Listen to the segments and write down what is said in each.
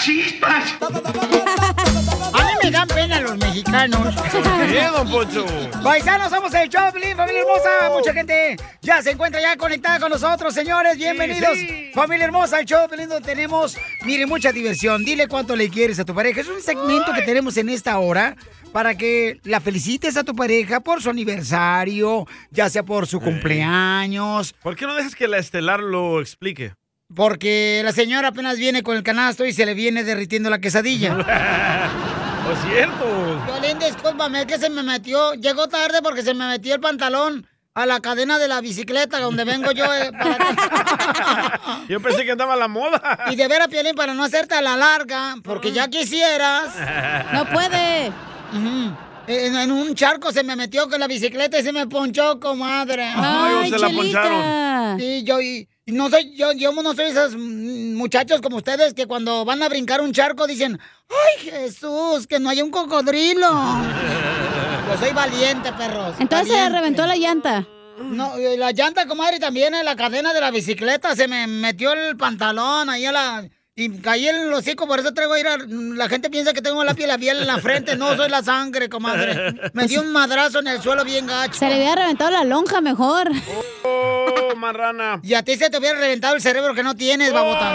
chispas! A mí me dan pena los mexicanos. qué, don Poncho? Oh. Paisanos, somos el Choplin, familia hermosa. Mucha gente ya se encuentra ya conectada con nosotros, señores. Bienvenidos, familia hermosa. El Choplin, donde tenemos, mire, mucha diversión. Dile cuánto le quieres a tu pareja. Es un segmento que tenemos en esta hora para que la felicites a tu pareja por su aniversario, ya sea por su cumpleaños. ¿Por qué no dejas que la estelar lo explique? Porque la señora apenas viene con el canasto y se le viene derritiendo la quesadilla. Lo cierto. Violín, discúlpame, es que se me metió. Llegó tarde porque se me metió el pantalón a la cadena de la bicicleta donde vengo yo. eh, para acá. Yo pensé que andaba a la moda. Y de veras, Piolín, para no hacerte a la larga, porque ya quisieras. No puede. en, en un charco se me metió con la bicicleta y se me ponchó, comadre. Ay, Ay, se la Chelita. poncharon. Sí, yo y. y No soy, yo, yo no soy esos mm, muchachos como ustedes que cuando van a brincar un charco dicen, ¡ay Jesús! Que no hay un cocodrilo. Yo Pues soy valiente, perros. Entonces se le reventó la llanta. No, eh, la llanta, comadre, también en la cadena de la bicicleta se me metió el pantalón ahí a la. Y caí en el hocico, por eso traigo a ir a. La gente piensa que tengo la piel, la piel en la frente. No, soy la sangre, comadre. Me dio un madrazo en el suelo bien gacho. Se le había reventado la lonja mejor. Oh, marrana. Y a ti se te hubiera reventado el cerebro que no tienes, babota.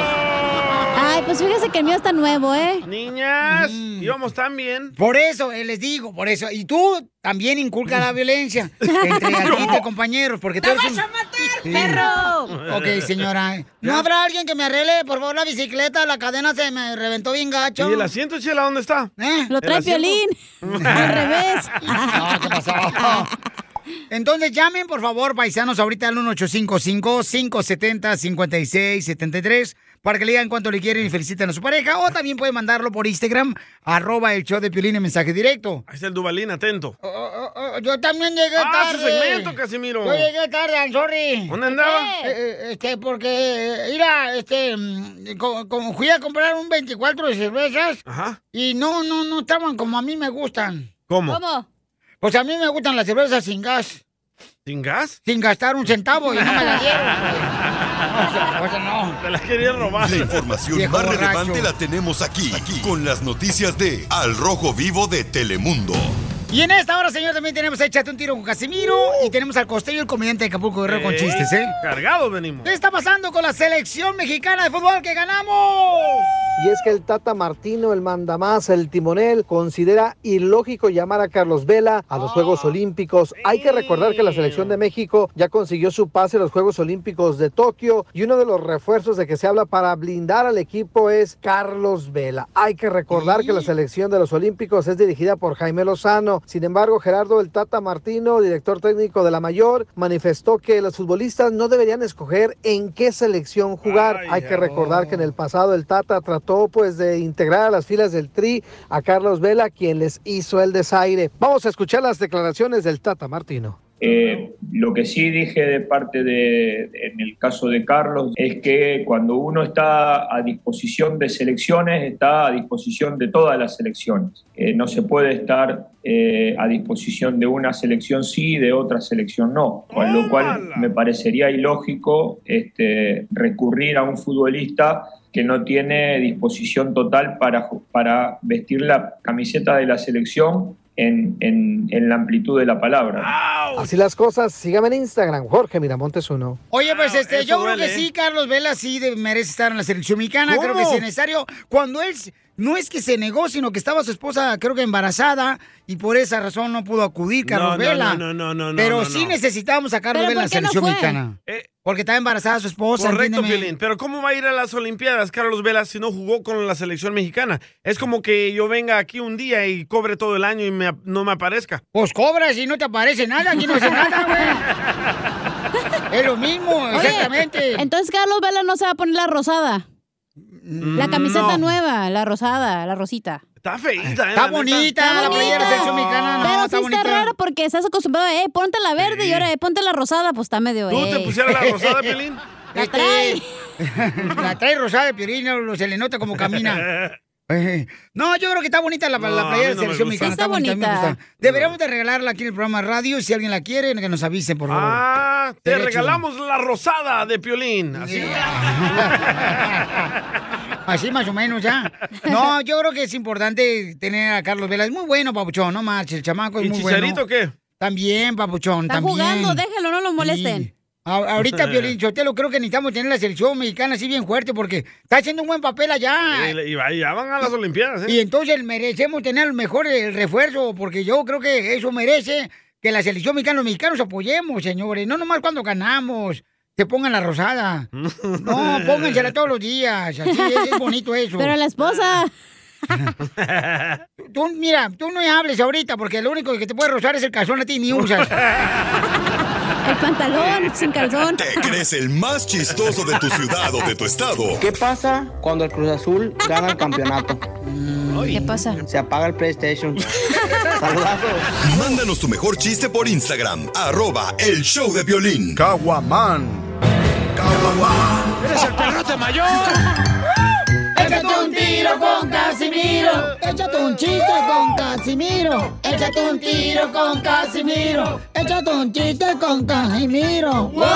Ay, pues fíjese que el mío está nuevo, ¿eh? Niñas, Mm. íbamos tan bien. Por eso, eh, les digo, por eso. Y tú también inculca la violencia entre aquí entre compañeros, porque tú eres un... Sí. perro! Ok, señora. ¿eh? ¿No habrá alguien que me arregle, por favor, la bicicleta? La cadena se me reventó bien gacho. ¿Y el asiento, Chela, dónde está? ¿Eh? Lo trae ¿El asiento? violín. Al revés. No, ¿qué pasó? Entonces llamen, por favor, paisanos, ahorita al 1855-570-5673 para que le digan cuánto le quieren y feliciten a su pareja. O también pueden mandarlo por Instagram, arroba el show de Piolín en mensaje directo. Ahí está el Dubalín, atento. Oh, oh, oh, yo también llegué Ah, su tarde. segmento, Casimiro. Yo llegué tarde, I'm sorry. ¿Dónde andaba? Eh, eh, este, porque, eh, mira, este, mm, co- como fui a comprar un 24 de cervezas Ajá. y no, no, no estaban como a mí me gustan. ¿Cómo? ¿Cómo? Pues a mí me gustan las cervezas sin gas, ¿Sin gas? sin gastar un centavo y no me las dieron. O sea, o sea, no. Te la querían robar. La información Viejo más borracho. relevante la tenemos aquí, aquí, con las noticias de Al Rojo Vivo de Telemundo. Y en esta hora, señor, también tenemos a Échate un tiro con Casimiro y tenemos al costeño, el comediante de Acapulco Guerrero con chistes, ¿eh? Cargados venimos. ¿Qué está pasando con la selección mexicana de fútbol que ganamos? Y es que el Tata Martino, el mandamás, el timonel, considera ilógico llamar a Carlos Vela a los Juegos Olímpicos. Hay que recordar que la selección de México ya consiguió su pase a los Juegos Olímpicos de Tokio y uno de los refuerzos de que se habla para blindar al equipo es Carlos Vela. Hay que recordar que la selección de los Olímpicos es dirigida por Jaime Lozano. Sin embargo, Gerardo el Tata Martino, director técnico de la mayor, manifestó que los futbolistas no deberían escoger en qué selección jugar. Ay, Hay que ay. recordar que en el pasado el Tata trató pues de integrar a las filas del Tri a Carlos Vela, quien les hizo el desaire. Vamos a escuchar las declaraciones del Tata Martino. Eh, lo que sí dije de parte de, en el caso de Carlos, es que cuando uno está a disposición de selecciones, está a disposición de todas las selecciones. Eh, no se puede estar eh, a disposición de una selección sí y de otra selección no. Con lo cual me parecería ilógico este, recurrir a un futbolista que no tiene disposición total para, ju- para vestir la camiseta de la selección en, en- en la amplitud de la palabra. Así las cosas, síganme en Instagram, Jorge Miramontes uno. Oye, pues Ah, este, eso yo creo duele, que ¿eh? sí, Carlos Vela sí de- merece estar en la selección mexicana, creo que ¿Cómo? sí es necesario. Cuando él s- no es que se negó, sino que estaba su esposa, creo que embarazada, y por esa razón no pudo acudir Carlos No, no, Vela. no, no, no, no, Pero no, sí no. necesitábamos a Carlos ¿Pero Vela en la por qué no selección fue? mexicana. Eh, Porque estaba embarazada su esposa, correcto, entiéndeme. Piolín. Pero ¿cómo va a ir a las Olimpiadas Carlos Vela si no jugó con la selección mexicana? Es como que yo venga aquí un día y cobre todo el año y me ap- no me aparezca. Pues cobras y no te aparece nada, aquí no hace nada, güey. Es lo mismo, Oye, exactamente. Entonces Carlos Vela no se va a poner la rosada. La Mm, camiseta no. nueva, la rosada, la rosita. Está feita, ¿eh? Está la neta. bonita la playera de la selección mexicana, no, Pero está sí bonita. está raro porque estás acostumbrado, eh, ponte la verde Sí. y ahora eh, ponte la rosada, pues está medio, ¿Tú te eh. pusieras la rosada, Piolín? Este, La trae. la trae rosada de Piolín, no, se le nota como camina. Eh, No, yo creo que está bonita la, la No, a playera de mí no me selección gusta. mexicana. Está a mí me bonita. gusta. Deberíamos de regalarla aquí en el programa de radio. Si alguien la quiere, que nos avise, por favor. Ah, te Sería regalamos la rosada de Piolín. Así. Así más o menos ya. No, yo creo que es importante tener a Carlos Vela. Es muy bueno, Papuchón, no marches. El chamaco es ¿Y muy Chicharito bueno. qué? También, Papuchón, Está también. jugando, déjelo, no lo Sí. molesten. A- Pues, eh. Ahorita, Piolín Chotelo, creo que necesitamos tener la selección mexicana así bien fuerte porque está haciendo un buen papel allá. Y le- Y va- y ya van a las Olimpiadas, ¿eh? Y entonces merecemos tener mejor el refuerzo, porque yo creo que eso merece que la selección mexicana, los mexicanos apoyemos, señores. No nomás cuando ganamos, se pongan la rosada. No, póngansela todos los días. Así es, es bonito eso. Pero la esposa, Tú, mira, tú no hables ahorita, porque lo único que te puede rozar es el calzón a ti ni usas. el pantalón, sin calzón. ¿Te crees el más chistoso de tu ciudad o de tu estado? ¿Qué pasa cuando el Cruz Azul gana el campeonato? ¿Qué pasa? Se apaga el PlayStation. Saludazos. Mándanos tu mejor chiste por Instagram, arroba el show de violín. Échate un tiro con Casimiro. Échate un chiste con Casimiro. Échate un tiro con Casimiro. Échate un chiste con Casimiro. ¡Wow!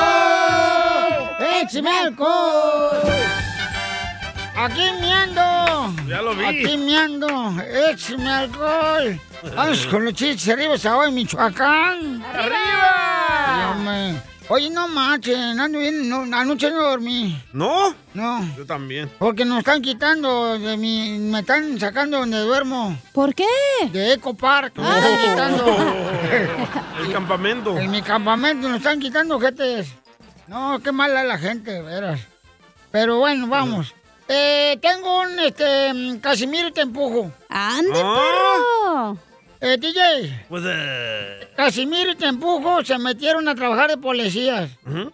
¡Échame alcohol! Aquí me ando. Ya lo vi. Aquí me ando. Échame alcohol. Vamos con los chistes arriba, Sahoy, Michoacán. ¡Arriba! Oye, no marchen. Ando bien. no- anoche no dormí. ¿No? No. Yo también. Porque nos están quitando de mi. Me están sacando donde duermo. ¿Por qué? Oh. De Eco Park. Me están quitando. El campamento. En mi campamento nos están quitando gente. No, qué mala la gente, de veras. Pero bueno, vamos. Eh, tengo un este. mm, Casimiro te empujo. ¡Ande, Ah. perro! Eh, DJ, Pues, eh, Casimiro te empujo se metieron a trabajar de policías. ujú.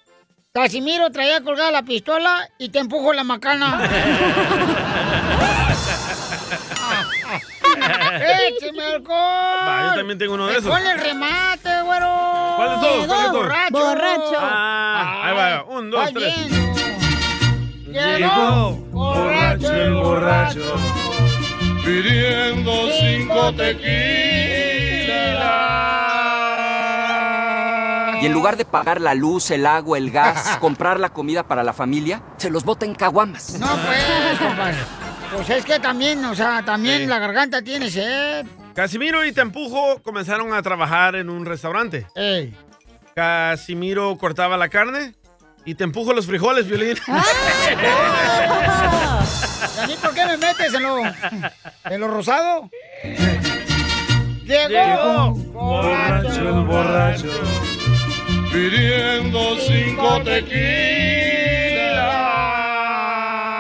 Casimiro traía colgada la pistola y te empujo la macana. Eh, ¡Écheme alcohol! Va, yo también tengo uno de esos. Pon el remate, güero. ¿Cuál de todos? Llegó borracho. ¿Cuál de todos? Borracho. Ah, ahí va. Un, dos, Ay, tres. bien. Llegó borracho el borracho. pidiendo cinco Y en lugar de pagar la luz, el agua, el gas, comprar la comida para la familia, se los bota en caguamas. Ah. No, pues, compadre. Pues es que también, o sea, también Sí. la garganta tiene sed. Casimiro y Te Empujo comenzaron a trabajar en un restaurante. Ey. Casimiro cortaba la carne y Te Empujo los frijoles, Violín. Ah, ¿Y a mí por qué me metes en lo, en lo rosado? Llegó, Llegó borracho el borracho. pidiendo cinco tequilas.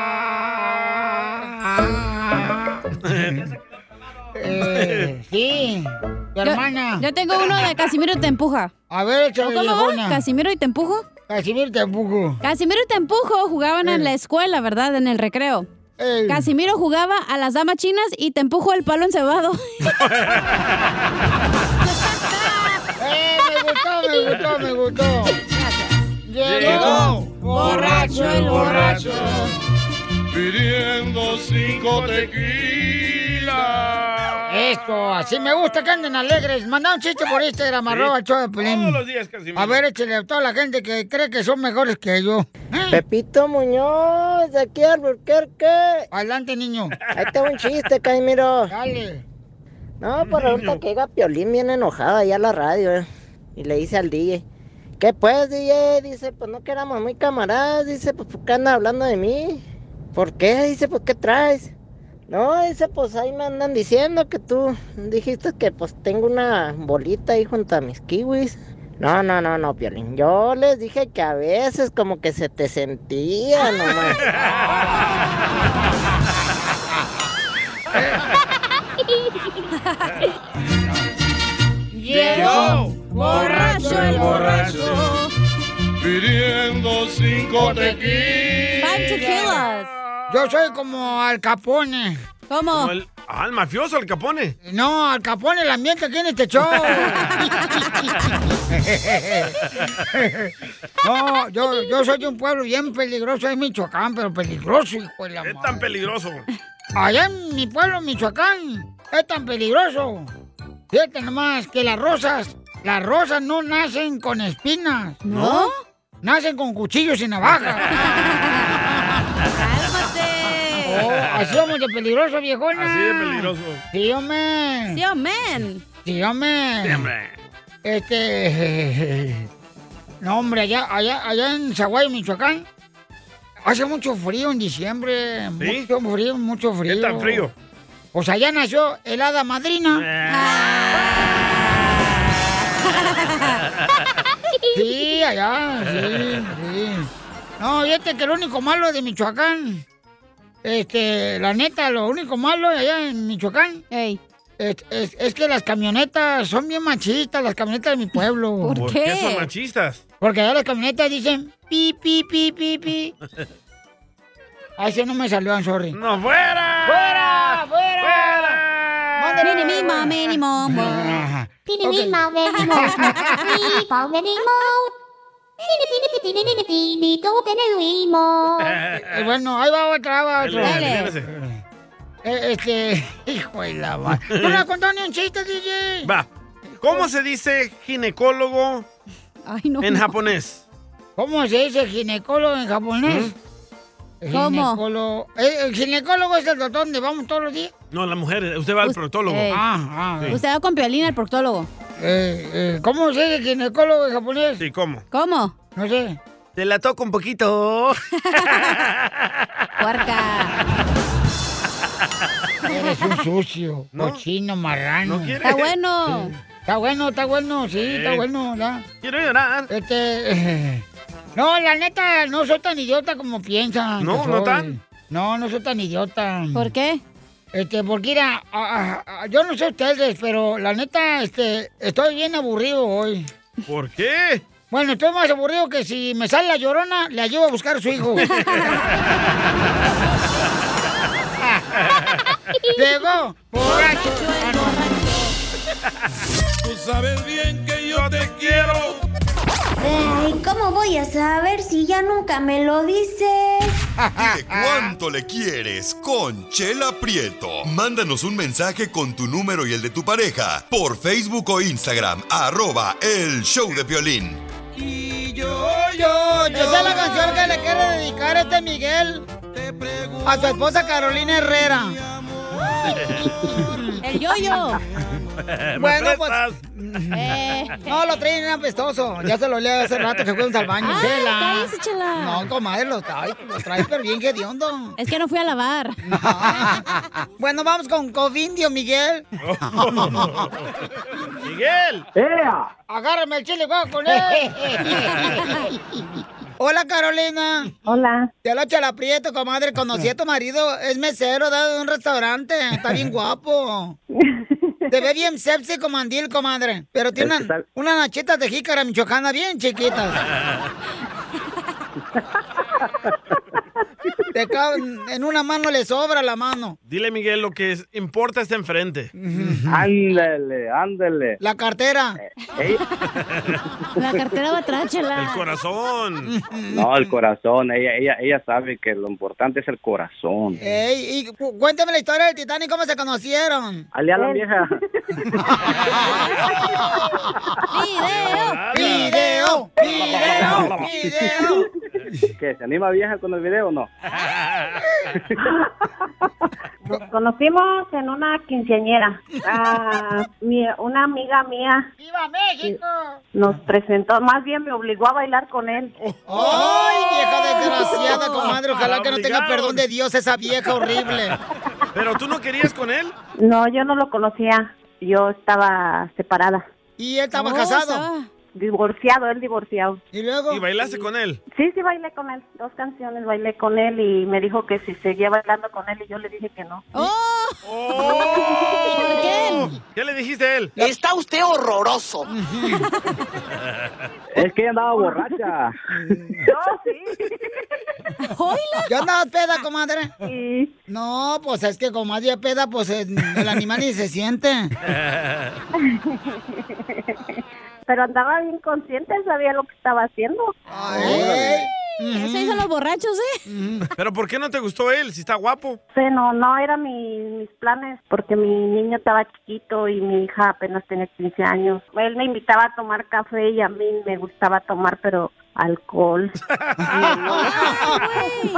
Eh, sí, tu Yo- hermana. Yo, tengo uno de Casimiro y te empuja. A ver, ¿O échale ¿Cómo va? viejona. ¿Casimiro y te empujo? Casimiro tampoco. Casimiro y te empujo jugaban Eh. en la escuela, ¿verdad? En el recreo. Ey. Casimiro jugaba a las damas chinas y te empujo el palo encebado. Eh, me gustó, me gustó, me gustó. Llegó, borracho el borracho. Pidiendo cinco tequilas. Esto, así me gusta que anden alegres. Manda un chiste por Instagram, arroba el show de Piolín. Todos los días, Casimiro. A ver, échale a toda la gente que cree que son mejores que yo. Eh, Pepito Muñoz, de aquí al Burquerque. Adelante, niño. Ahí está un chiste, Caimiro. Dale. No, por ahorita que llega Piolín bien enojado allá a la radio. eh, Y le dice al DJ, ¿qué pues, DJ? Dice, pues no que éramos muy camaradas. Dice, pues ¿por qué andas hablando de mí? ¿Por qué? Dice, pues ¿qué traes? No, dice, pues ahí me andan diciendo que tú dijiste que pues tengo una bolita ahí junto a mis kiwis. No, no, no, no, Piolín. Yo les dije que a veces como que se te sentía nomás. Llegó, Borracho el borracho. Pidiendo cinco Five tequilas. Yo soy como Al Capone. ¿Cómo? Como el- ah, el mafioso, el capone. No, Al Capone, el ambiente aquí en este show. Oh. no, yo, yo soy de un pueblo bien peligroso, es Michoacán, pero peligroso, hijo de Pues la Es tan madre. peligroso. Allá en mi pueblo, Michoacán, es tan peligroso. Fíjate nomás que las rosas, las rosas no nacen con espinas. ¿No? Nacen con cuchillos y navajas. ¡Cálmate! Oh, así somos de peligroso, viejona. Así de peligroso. Sí, hombre. ¡Dios, men! Sí, hombre. Sí, hombre. Este. No, hombre, allá, allá, allá en Zaguayo, Michoacán. Hace mucho frío en diciembre. ¿Sí? Mucho frío, mucho frío. ¿Qué tan frío? Ah. Pues allá nació el hada madrina. Sí, allá, sí, sí. No, fíjate que lo único malo de Michoacán. Este, la neta, lo único malo allá en Michoacán. Ey, Es, es- es que las camionetas son bien machistas, las camionetas de mi pueblo. ¿Por ¿Por qué? qué son machistas? Porque allá las camionetas dicen pi, pi, pi, pi, pi. Ay, ese no me salió, I'm sorry. ¡No, fuera! ¡Fuera! ¡Fuera! ¡Fuera! Mándale. mini mima, mini momo. Ajá. Eh, bueno, ahí va otra, ahí va Dale, Dale. otra. dale. Eh, este, hijo de la madre. ¿No le has contado ni un chiste, DJ? Va. ¿Cómo se dice ginecólogo Ay, no. en japonés? ¿Cómo se dice ginecólogo en ¿Mm? japonés? ¿Cómo? Ginecólogo. Eh, el ginecólogo es el doctor donde vamos todos los días. No, la mujer. Usted va al Us- proctólogo. Ey. Ah, ah. Sí. Usted va con Piolín al proctólogo. Eh, eh, ¿Cómo se dice ginecólogo en japonés? Sí, ¿cómo? ¿Cómo? No sé. Te la toco un poquito. Puerca. Eres un sucio, ¿No? cochino, marrano. ¿No quiere? Está bueno. Está bueno, está bueno, sí, está bueno, ¿verdad? Quiero llorar. Este. No, la neta, no soy tan idiota como piensan. No, que no soy. tan. No, no soy tan idiota. ¿Por qué? Este, porque mira, a- a- a- yo no sé ustedes, pero la neta, este, estoy bien aburrido hoy. ¿Por qué? Bueno, estoy más aburrido que si me sale la llorona, le ayudo a buscar a su hijo. Llegó, borracho. Ah, no. Tú sabes bien que yo te quiero. Ay, ¿cómo voy a saber si ya nunca me lo dices? Dile cuánto le quieres con Chela Prieto. Mándanos un mensaje con tu número y el de tu pareja por Facebook o Instagram, arroba el show de violín. Esa es la canción que le quiere dedicar este Miguel a su esposa Carolina Herrera. Mm. El yoyo. Eh, Bueno, ¿me pues- prestas? Eh. No, lo traen en apestoso. Ya se lo leí hace rato que fuimos al baño. Ay, Chela. cállese, Chela. No, comadre, lo trae, lo trae pero bien que de hondo. Es que no fui a lavar. Bueno, vamos con Covindio, Miguel. Miguel. Agárrame el chile, guau, con él. Hola, Carolina. Hola, Te lo la prieto, comadre. Conocí a tu marido. Es mesero de un restaurante. Está bien guapo. Te ve bien sepsi comandil, comadre. Pero tiene Es que una, tal- una nachita de jícara michoacana bien chiquitas. Te ca- en una mano le sobra la mano. Dile, Miguel, lo que es- importa está enfrente. Ándale, ándale. La cartera. Ey, La cartera va atrás, El chela. corazón. no, el corazón. Ella, ella, ella sabe que lo importante es el corazón. Ey, y cu- cuéntame la historia del Titanic, cómo se conocieron. Ale a la vieja. Video. Video, video, video. ¿Qué? ¿Se anima vieja con el video o no? nos conocimos en una quinceañera. Ah, mi- una amiga mía ¡Viva México! nos presentó, más bien me obligó a bailar con él. ¡Ay, vieja ¡Oh! desgraciada, comadre! Ojalá La que no tenga obligaron. perdón de Dios esa vieja horrible. Pero tú no querías con él. No, yo no lo conocía, yo estaba separada, Y él estaba Oh, casado. estaba- divorciado, él divorciado. Y luego. Y bailaste con él. Sí, sí, bailé con él, dos canciones bailé con él y me dijo que si seguía bailando con él y yo le dije que no. ¡Oh! ¿Por qué? ¿Qué le dijiste a él? Está usted horroroso. Es que ella andaba borracha. Yo sí. ¡Hola! ¿Ya andabas peda, comadre? Y No, pues es que como ya peda, pues eh, el animal ni se siente. pero andaba bien consciente, sabía lo que estaba haciendo. Ay, Eso dicen los borrachos, ¿eh? Pero ¿por qué no te gustó él si está guapo? Sí, no, no eran mi- mis planes porque mi niño estaba chiquito y mi hija apenas tenía 15 años. Él me invitaba a tomar café y a mí me gustaba tomar, pero alcohol.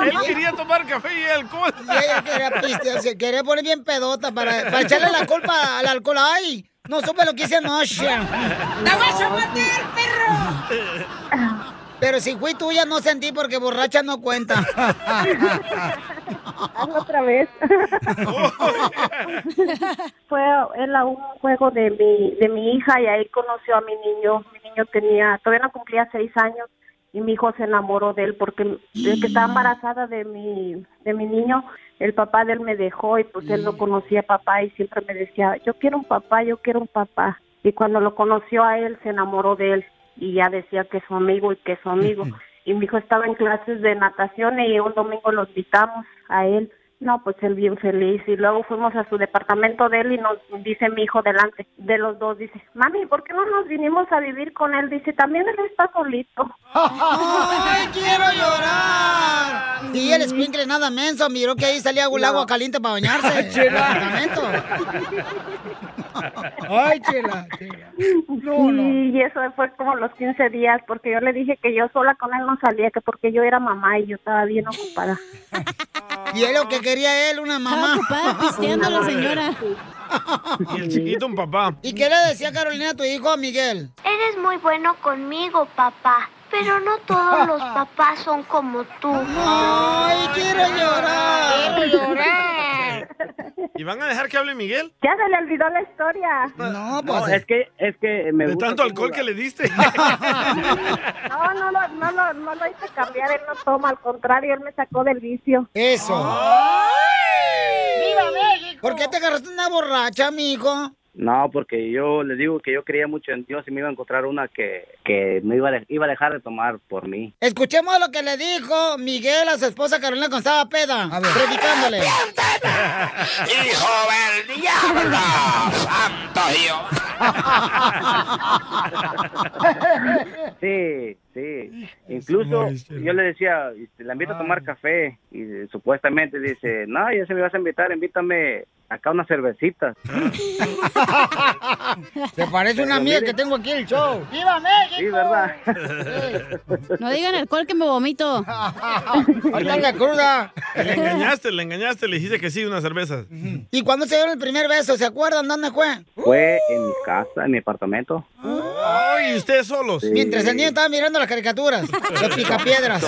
Él quería tomar café y alcohol. Ella quería pistear, se quería poner bien pedota para, para echarle la culpa al alcohol. ¡Ay! No supe lo que hice anoche. ¡La vas a matar, perro! Pero si fui tuya, no sentí porque borracha no cuenta. Hazlo otra vez. Fue él a un juego de mi, de mi hija y ahí conoció a mi niño. Mi niño tenía, todavía no cumplía seis años y mi hijo se enamoró de él porque desde que estaba embarazada de mi, de mi niño, el papá de él me dejó y pues él no conocía papá y siempre me decía, yo quiero un papá, yo quiero un papá. Y cuando lo conoció a él, se enamoró de él y ya decía que es su amigo y que es su amigo. Y mi hijo estaba en clases de natación y un domingo lo invitamos a él. No, pues él bien feliz. Y luego fuimos a su departamento de él y nos dice mi hijo delante de los dos, dice, mami, ¿por qué no nos vinimos a vivir con él? Dice, también él está solito. ¡Ay, quiero llorar! Y el escuincle nada menso, miró que ahí salía un agua caliente para bañarse. Chela. Apartamento. ¡Ay, chela! Sí, y eso fue como los 15 días, porque yo le dije que yo sola con él no salía, que porque yo era mamá y yo estaba bien ocupada. Y es lo que quería él, una mamá. ocupada pisteando la señora. Y el chiquito un papá. ¿Y qué le decía Carolina a tu hijo, a Miguel? Eres muy bueno conmigo, papá. Pero no todos los papás son como tú. ¡Ay, quiero llorar! ¡Quiero llorar! ¿Y van a dejar que hable Miguel? Ya se le olvidó la historia. No, No, es que, es que me pues, De gusta tanto cómo alcohol la- que le diste. No, no, lo- no, lo- no lo hice cambiar, él no toma, al contrario, él me sacó del vicio. Eso. ¡Viva México! ¿Por qué te agarraste una borracha, mijo? No, porque yo le digo que yo creía mucho en Dios y me iba a encontrar una que, que me iba a, de- iba a dejar de tomar por mí. Escuchemos lo que le dijo Miguel a su esposa Carolina cuando estaba peda, predicándole. ¡Hijo del diablo! ¡Santo Dios! Sí, sí. Incluso yo le decía, este, la invito a tomar café y eh, supuestamente dice, no, ya se me vas a invitar, invítame acá unas cervecitas. Te parece Pero una amiga mire. que tengo aquí el show. ¡Viva México! Sí, ¿verdad? No digan alcohol que me vomito. Ahorita la cruda. Le engañaste, le engañaste, le dijiste que sí, unas cervezas. ¿Y cuándo se dieron el primer beso? ¿Se acuerdan dónde fue? Fue en mi casa, en mi apartamento. Ay, ustedes solos. Sí. Mientras el niño estaba mirando las caricaturas, los picapiedras.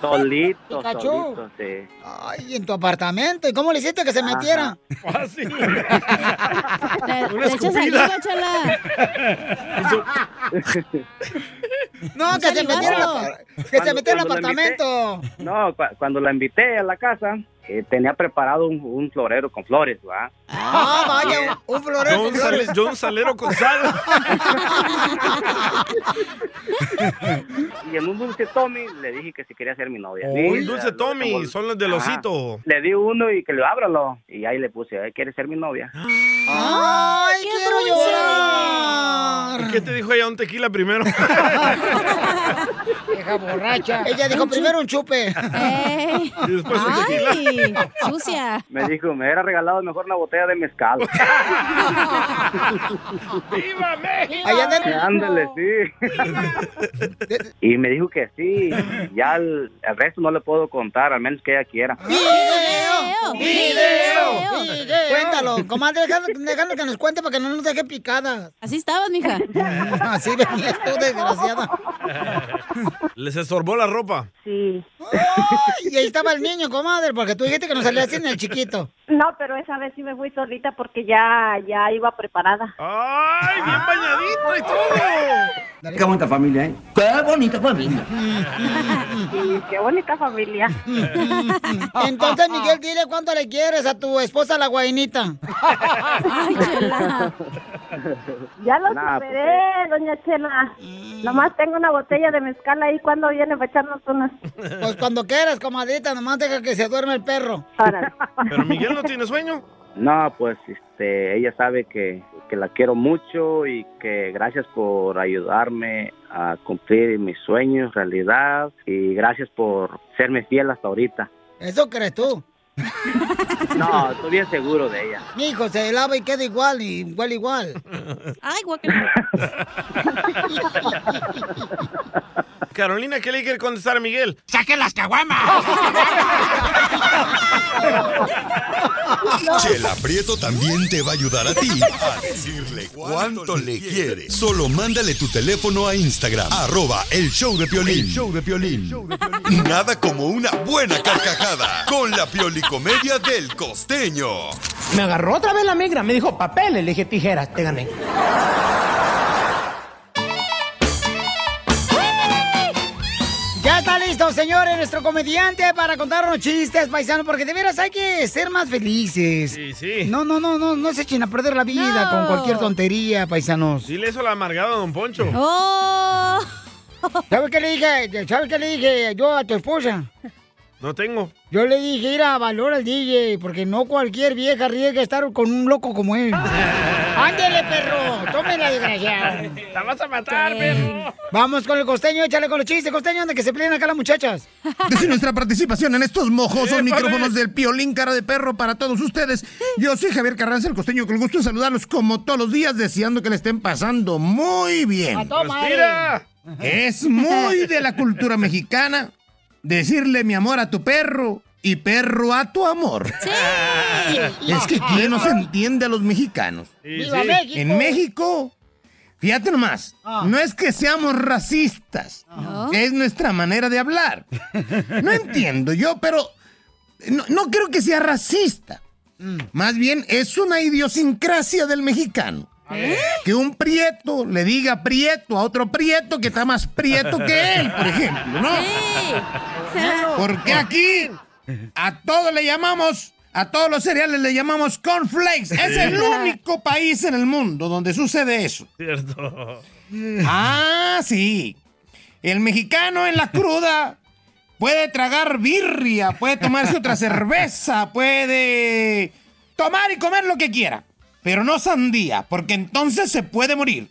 Solito, Pikachu. solito, sí. Ay, en tu apartamento. ¿Y cómo le hiciste que se metiera? Le- le echas saliva, chela. No, que se metiera en la- que se Cuando- metiera en cuando la el invité- apartamento. No, cua- cuando la invité a la casa, eh, tenía preparado un, un florero con flores, ¿va? Ah, vaya, un, un florero Yo con un, sal- flores. yo un salero con sal. Y en un dulce Tommy le dije que si quería ser mi novia. Oh, Sí, un ya, dulce lo- Tommy, como- son los del Ajá. osito. Le di uno y que lo ábralo. Y ahí le puse, "Ay, ¿quieres ser mi novia? ¡Ay, quiero llorar! ¿Y qué te dijo ella? Un tequila primero. Deja borracha. Ella dijo primero un chupe. Y después un Eh. Ay, sucia. Me dijo, me hubiera regalado mejor una botella de mezcal. ¡Viva México! Allá andan- Ándale, sí. y me dijo que sí. Ya el, el resto no le puedo contar, al menos que ella quiera. ¡Video! ¡Video! ¡Video! Cuéntalo, comadre, dejando, dejando que nos cuente para que no nos deje picadas. Así estabas, mija. Así venías tú, desgraciada. Les estorbó la ropa. Sí. Ay, y ahí estaba el niño, comadre, porque tú dijiste que nos salías sin el chiquito. No, pero esa vez sí me fui solita porque ya, ya iba preparada. Ah. ¡Ay, bien bañadito y todo! Qué bonita familia, ¿eh? Qué bonita familia. Sí, qué bonita familia. Entonces, Miguel, dile cuánto le quieres a tu esposa la guainita. Ya lo Nah, pues, superé, doña Chela. Nomás tengo una botella de mezcal ahí cuando viene para echarnos unas. Pues cuando quieras, comadrita, nomás deja que se duerme el perro. ¿Pero Miguel no tiene sueño? No, pues este, ella sabe que, que la quiero mucho y que gracias por ayudarme a cumplir mis sueños, realidad, y gracias por serme fiel hasta ahorita. ¿Eso crees tú? No, estoy bien seguro de ella. Mi hijo se lava y queda igual, y igual, igual. Ay, Carolina, ¿qué le quiere contestar a Miguel? ¡Saque las caguamas! Chela Prieto también te va a ayudar a ti a decirle cuánto le quiere. Solo mándale tu teléfono a Instagram, arroba el show de Piolín. show de Nada como una buena carcajada con la piolicomedia del costeño. Me agarró otra vez la migra, me dijo papeles, le dije tijeras, te gané. Ya está listo, señores, nuestro comediante para contarnos chistes, paisanos, porque de veras hay que ser más felices. Sí, sí. No, no, no, no, no se echen a perder la vida No. con cualquier tontería, paisanos. Dile eso al amargado don Poncho. ¿Sabes Oh. qué le dije? ¿Sabes qué le dije yo a tu esposa? No tengo. Yo le dije, ir a valor al DJ, porque no cualquier vieja riega estar con un loco como él. ¡Ándele, perro! ¡Tómela, desgraciado! ¡Te vas a matar, perro! Vamos con el costeño, échale con los chistes, costeño, anda que se peleen acá las muchachas. Desde nuestra participación en estos mojosos ¡Épale! micrófonos del Piolín Cara de Perro para todos ustedes. Yo soy Javier Carranza, el costeño, con el gusto de saludarlos como todos los días, deseando que le estén pasando muy bien. ¡A toda madre! Es muy de la cultura mexicana decirle mi amor a tu perro y perro a tu amor. ¿Eh? Es que quién no se entiende a los mexicanos. ¡Viva sí. México! Ah. En México, fíjate nomás, no es que seamos racistas, es nuestra manera de hablar. No entiendo yo, pero no, no creo que sea racista. Mm. Más bien es una idiosincrasia del mexicano. ver. Que un prieto le diga prieto a otro prieto que está más prieto que él, por ejemplo, ¿no? Porque aquí a todos le llamamos, a todos los cereales le llamamos cornflakes. Es el único país en el mundo donde sucede eso. Cierto. Ah, sí. El mexicano en la cruda puede tragar birria, puede tomarse otra cerveza, puede tomar y comer lo que quiera. Pero no sandía, porque entonces se puede morir.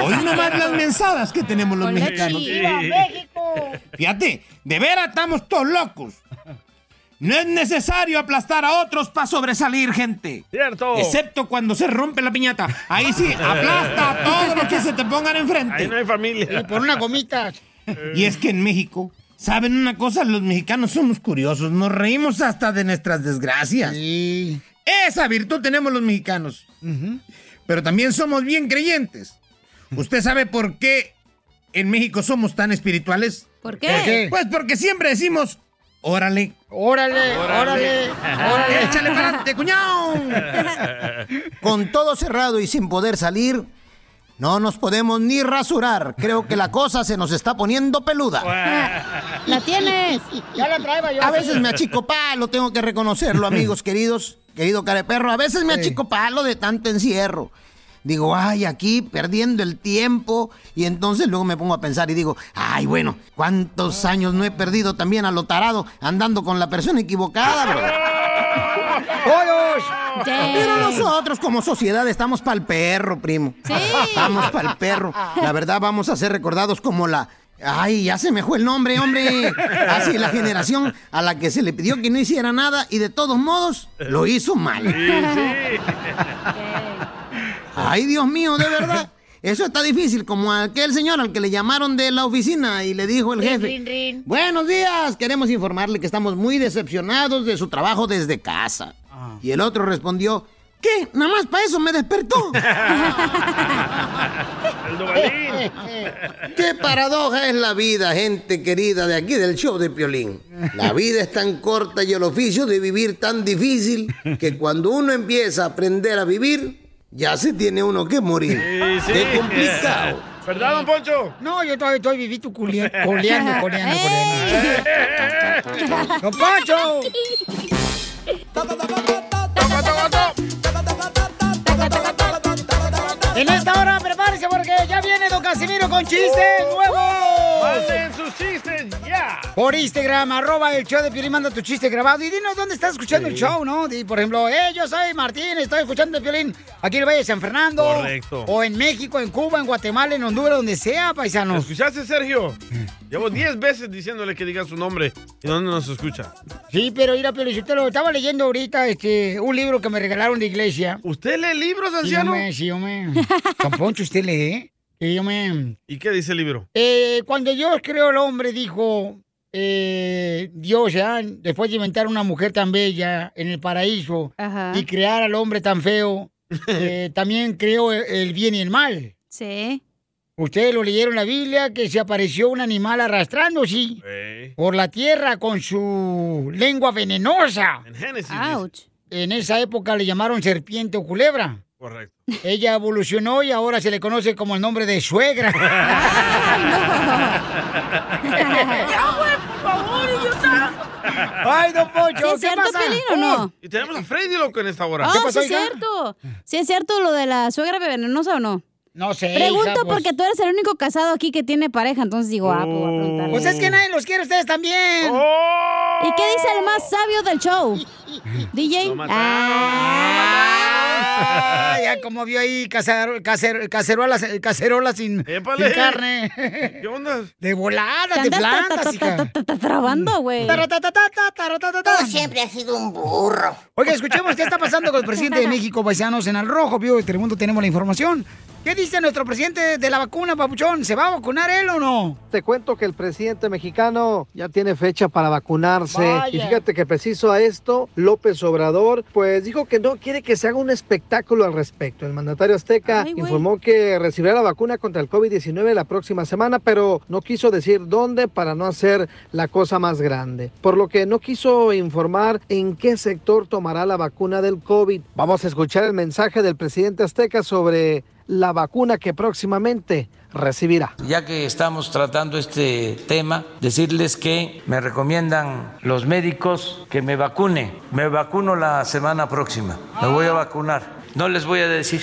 Hoy nomás las mensadas que tenemos los mexicanos. Fíjate, de veras estamos todos locos. No es necesario aplastar a otros para sobresalir, gente. Cierto. Excepto cuando se rompe la piñata. Ahí sí, aplasta a todos los que se te pongan enfrente. Ahí no hay familia. Y por una gomita. Y es que en México, ¿saben una cosa? Los mexicanos somos curiosos. Nos reímos hasta de nuestras desgracias. Esa virtud tenemos los mexicanos. Pero también somos bien creyentes. ¿Usted sabe por qué en México somos tan espirituales? ¿Por qué? ¿Por qué? Pues porque siempre decimos, órale. Órale, órale, órale. Échale para adelante, cuñao. Con todo cerrado y sin poder salir, no nos podemos ni rasurar. Creo que la cosa se nos está poniendo peluda. ¡La tienes! Ya la traigo yo. A veces me achico palo, tengo que reconocerlo, amigos queridos, querido careperro. A veces me achico palo de tanto encierro. Digo, ay, aquí perdiendo el tiempo. Y entonces luego me pongo a pensar y digo, ay, bueno, ¿cuántos años no he perdido también a lo tarado andando con la persona equivocada, bro? ¡Bolos! Pero nosotros como sociedad estamos pa'l perro, primo. Estamos pa'l perro. La verdad vamos a ser recordados como la... Ay, ya se me fue el nombre, hombre. Así la generación a la que se le pidió que no hiciera nada y de todos modos lo hizo mal. Ay, Dios mío, de verdad. Eso está difícil, como aquel señor al que le llamaron de la oficina y le dijo el Rin, jefe. rin, rin. Buenos días, queremos informarle que estamos muy decepcionados de su trabajo desde casa. Ah. Y el otro respondió, ¿qué? Nada más para eso me despertó. ¡El Dubalín! Qué paradoja es la vida, gente querida de aquí del show de Piolín. La vida es tan corta y el oficio de vivir tan difícil que cuando uno empieza a aprender a vivir, ya se tiene uno que morir. Qué complicado. ¿Verdad, don Poncho? No, yo todavía estoy vivito culia- coleando, coleando, coleando. ¡Don Poncho! En esta hora, prepárense porque ya viene Don Casimiro con chistes nuevos. ¡Hacen sus chistes ya! Por Instagram, arroba el show de Piolín, manda tu chiste grabado y dinos dónde estás escuchando Sí. el show, ¿no? Di, por ejemplo, eh, yo soy Martín, estoy escuchando el Piolín aquí en el Valle de San Fernando. Correcto. O en México, en Cuba, en Guatemala, en Honduras, donde sea, ¿Lo paisanos. escuchaste, Sergio? Llevo 10 veces diciéndole que diga su nombre y no nos escucha. Sí, pero ir a lo estaba leyendo ahorita este, un libro que me regalaron de iglesia. ¿Usted lee libros, anciano? Sí, hombre, sí, hombre. Don Poncho, usted lee. Sí, hombre. ¿Y qué dice el libro? Eh, cuando Dios creó al hombre, dijo eh, Dios, ya, después de inventar una mujer tan bella en el paraíso y crear al hombre tan feo, eh, también creó el- el bien y el mal. Sí. Ustedes lo leyeron en la Biblia que se apareció un animal arrastrándose por la tierra con su lengua venenosa. En Génesis. En esa época le llamaron serpiente o culebra. Correcto. Ella evolucionó y ahora se le conoce como el nombre de suegra. ¡Ya, güey, por favor, idiota! ¡Ay, don Poncho! ¿Sí es cierto, Pelín, o no? Oh, Y tenemos a Freddy loco en esta hora. Oh, sí es cierto. Sí es cierto lo de la suegra venenosa o no. No sé. Pregunto hija, pues. porque tú eres el único casado aquí que tiene pareja, entonces digo, ah, pues voy Oh. a preguntar. Pues es que nadie los quiere a ustedes también. ¿Y qué dice el más sabio del show? DJ. Ah, ya como vio ahí cacer- cacer- cacerolas, eh, cacerolas sin, sin carne. ¿Qué onda? De volada, Te te andas plantas, hija. Trabando, güey. Tú siempre has sido un burro. Oiga, escuchemos qué está pasando con el presidente de México, paisanos, en Al Rojo, vivo de Telemundo, tenemos la información. ¿Qué dice nuestro presidente de la vacuna, papuchón? ¿Se va a vacunar él o no? Te cuento que el presidente mexicano ya tiene fecha para vacunarse. Vaya. Y fíjate que preciso a esto, López Obrador, pues dijo que no quiere que se haga un espectáculo al respecto. El mandatario azteca Ay, güey. informó que recibirá la vacuna contra el COVID-19 la próxima semana, pero no quiso decir dónde para no hacer la cosa más grande. Por lo que no quiso informar en qué sector tomará la vacuna del COVID. Vamos a escuchar el mensaje del presidente azteca sobre la vacuna que próximamente recibirá. Ya que estamos tratando este tema, decirles que me recomiendan los médicos que me vacune. Me vacuno la semana próxima. Me voy a vacunar. No les voy a decir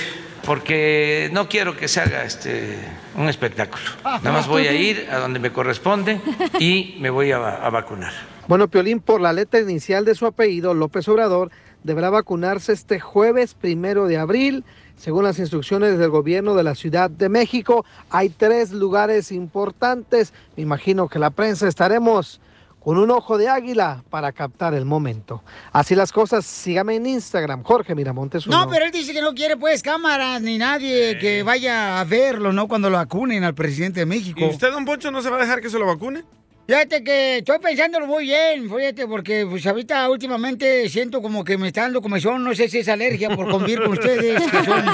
porque no quiero que se haga este un espectáculo. Nada más voy a ir a donde me corresponde y me voy a- a vacunar. Bueno, Piolín, por la letra inicial de su apellido, López Obrador deberá vacunarse este jueves primero de abril. Según las instrucciones del gobierno de la Ciudad de México, hay tres lugares importantes. Me imagino que la prensa estaremos con un ojo de águila para captar el momento. Así las cosas, sígame en Instagram, Jorge Miramontes. uno. No, pero él dice que no quiere pues cámaras ni Eh. nadie que vaya a verlo, ¿no? Cuando lo vacunen al presidente de México. ¿Y usted, don Poncho, no se va a dejar que se lo vacune? Fíjate que estoy pensándolo muy bien, fíjate, porque pues ahorita últimamente siento como que me está dando comezón, no sé si es alergia por convivir con ustedes, que son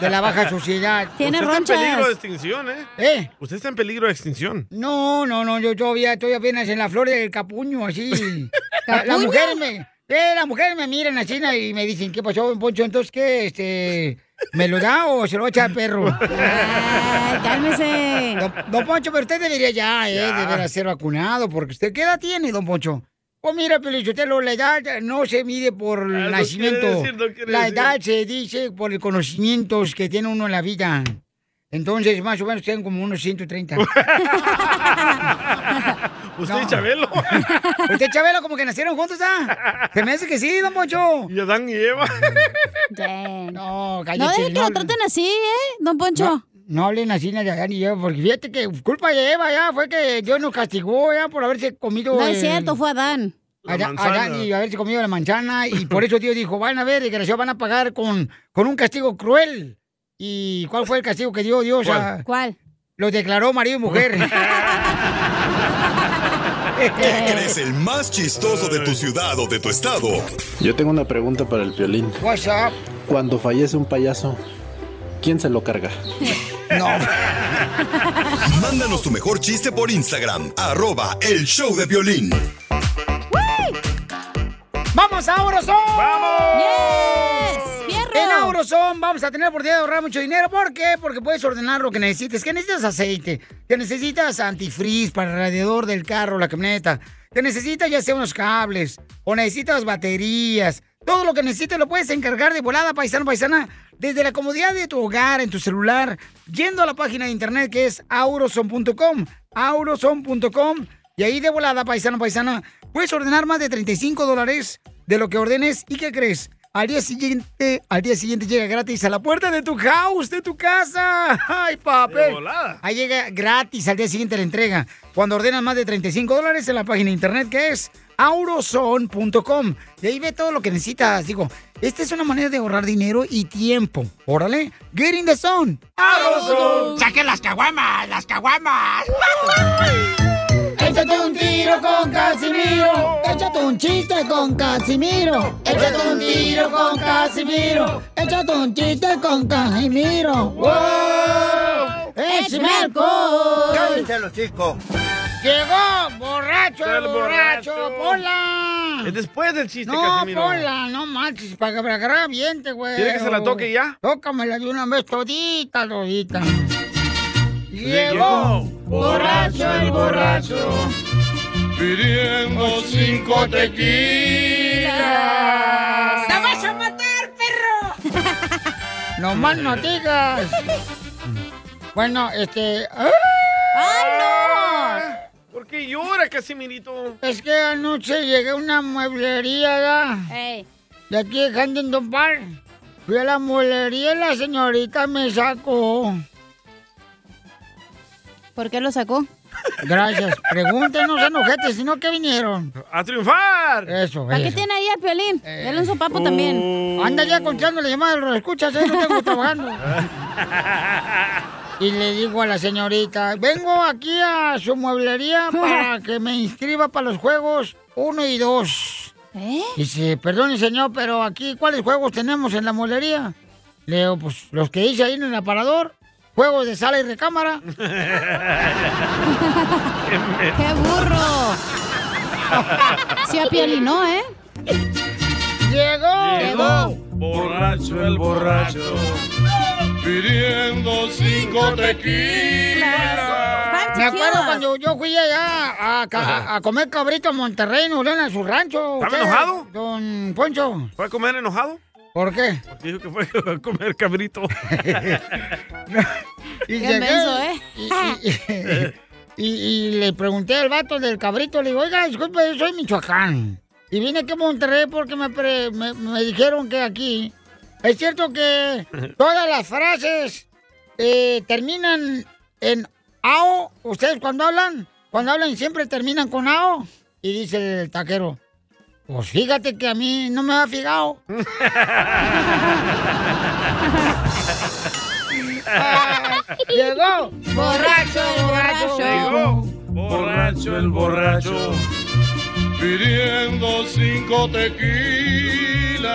de la baja sociedad. Usted está en peligro de extinción, ¿eh? ¿Eh? Usted está en peligro de extinción. No, no, no, yo todavía estoy apenas en la flor del capuño, así. La- Las ¿Capuño? mujeres me, eh, las mujeres me miran así ¿no? y me dicen, ¿qué pasó, don Poncho? Entonces, ¿qué, este, me lo da o se lo echa al perro? Ay, cálmese. Don, don Poncho, pero usted debería ya, eh, Ya. deberá ser vacunado, porque usted, ¿qué edad tiene, don Poncho? Pues mira, Pelicho, usted lo- la edad no se mide por el Ah, no nacimiento. quiere decir, no quiere la decir. edad se dice por los conocimientos que tiene uno en la vida. Entonces, más o menos, tengo como unos 130. Usted No. y Chabelo. Usted y Chabelo como que nacieron juntos, ¿ah? Se me hace que sí, don Poncho. Y Adán y Eva. No, cállate. No dejen que lo traten así, ¿eh, don Poncho? No hablen así ni de Adán y Eva, porque fíjate que culpa de Eva ya fue que Dios nos castigó ya por haberse comido... No es el- cierto, fue Adán. a Dan- a Dan y haberse comido la manzana y por eso Dios dijo, van a ver, desgraciados, van a pagar con, con un castigo cruel. ¿Y cuál fue el castigo que dio Dios? ¿Cuál? A, Los declaró marido y mujer. ¿Te crees el más chistoso de tu ciudad o de tu estado? Yo tengo una pregunta para el violín. What's up? Cuando fallece un payaso, ¿quién se lo carga? Mándanos tu mejor chiste por Instagram, arroba el show de violín. ¡Vamos a Orozón! ¡Vamos! En Auroson vamos a tener la oportunidad de ahorrar mucho dinero. ¿Por qué? Porque puedes ordenar lo que necesites. Que necesitas aceite, que necesitas antifreeze para el radiador del carro, la camioneta, que necesitas ya sea unos cables o necesitas baterías. Todo lo que necesites lo puedes encargar de volada, paisano, paisana, desde la comodidad de tu hogar, en tu celular, yendo a la página de internet que es auroson.com, auroson.com. Y ahí de volada, paisano, paisana, puedes ordenar más de 35 dólares de lo que ordenes. ¿Y qué crees? Al día siguiente, al día siguiente llega gratis a la puerta de tu house, de tu casa. ¡Ay, papel! Ahí llega gratis al día siguiente la entrega. Cuando ordenas más de 35 dólares en la página de internet que es auroson.com. Y ahí ve todo lo que necesitas. Digo, esta es una manera de ahorrar dinero y tiempo. Órale, get in the zone. ¡Saque las caguamas! ¡Las caguamas! Échate un tiro con Casimiro. Échate un chiste con Casimiro. Échate un tiro con Casimiro. Échate un chiste con Casimiro. ¡Wow! ¡Échame alcohol! los chicos! Llegó borracho, El el borracho, borracho. ponla. Es después del chiste, no, Casimiro. ponla, no manches, para que me agarre viente, güey. ¿Quiere que se la toque ya? Tócamela de una vez todita, todita. Llegó borracho el borracho pidiendo cinco tequilas. ¡Te vas a matar, perro! no más no digas. Bueno, este. ¡Ay, no! ¿Por qué llora, Casimirito? Es que anoche llegué a una mueblería, ¿da? De aquí de Huntington Park. Fui a la mueblería y la señorita me sacó. ¿Por qué lo sacó? Gracias. Pregúntenos, enojetes, si no, ¿qué vinieron? ¡A triunfar! Eso, ¿Para qué eso. Eh. tiene ahí el violín? Dale un sopapo Uh. también. Anda ya contando la llamada, lo escuchas, ¿eh? no tengo trabajando. Y le digo a la señorita, vengo aquí a su mueblería para que me inscriba para los juegos 1 y 2. ¿Eh? Dice, perdone señor, pero aquí, ¿cuáles juegos tenemos en la mueblería? Le digo, pues los que hice ahí en el aparador, juegos de sala y recámara. ¡Qué burro! Sí, a Piolín no, ¿eh? Llegó. Llegó borracho el borracho pidiendo cinco tequilas. Me acuerdo cuando yo fui allá a, ca- a- a comer cabrito a Monterrey, en Uruguay, a su rancho. ¿Estaba ¿Usted, enojado? Don Poncho. ¿Fue a comer enojado? ¿Por qué? Porque dijo que fue a comer cabrito. Y Qué menso, ¿eh? y- y- y- y le pregunté al vato del cabrito, le digo, oiga, disculpe, yo soy Michoacán. Y vine aquí a Monterrey porque me, pre- me- me dijeron que aquí. Es cierto que todas las frases eh, terminan en AO. Ustedes cuando hablan, cuando hablan siempre terminan con AO. Y dice el taquero, pues fíjate que a mí no me ha fijado. Llegó borracho, borracho. Llegó borracho el borracho pidiendo cinco tequilas.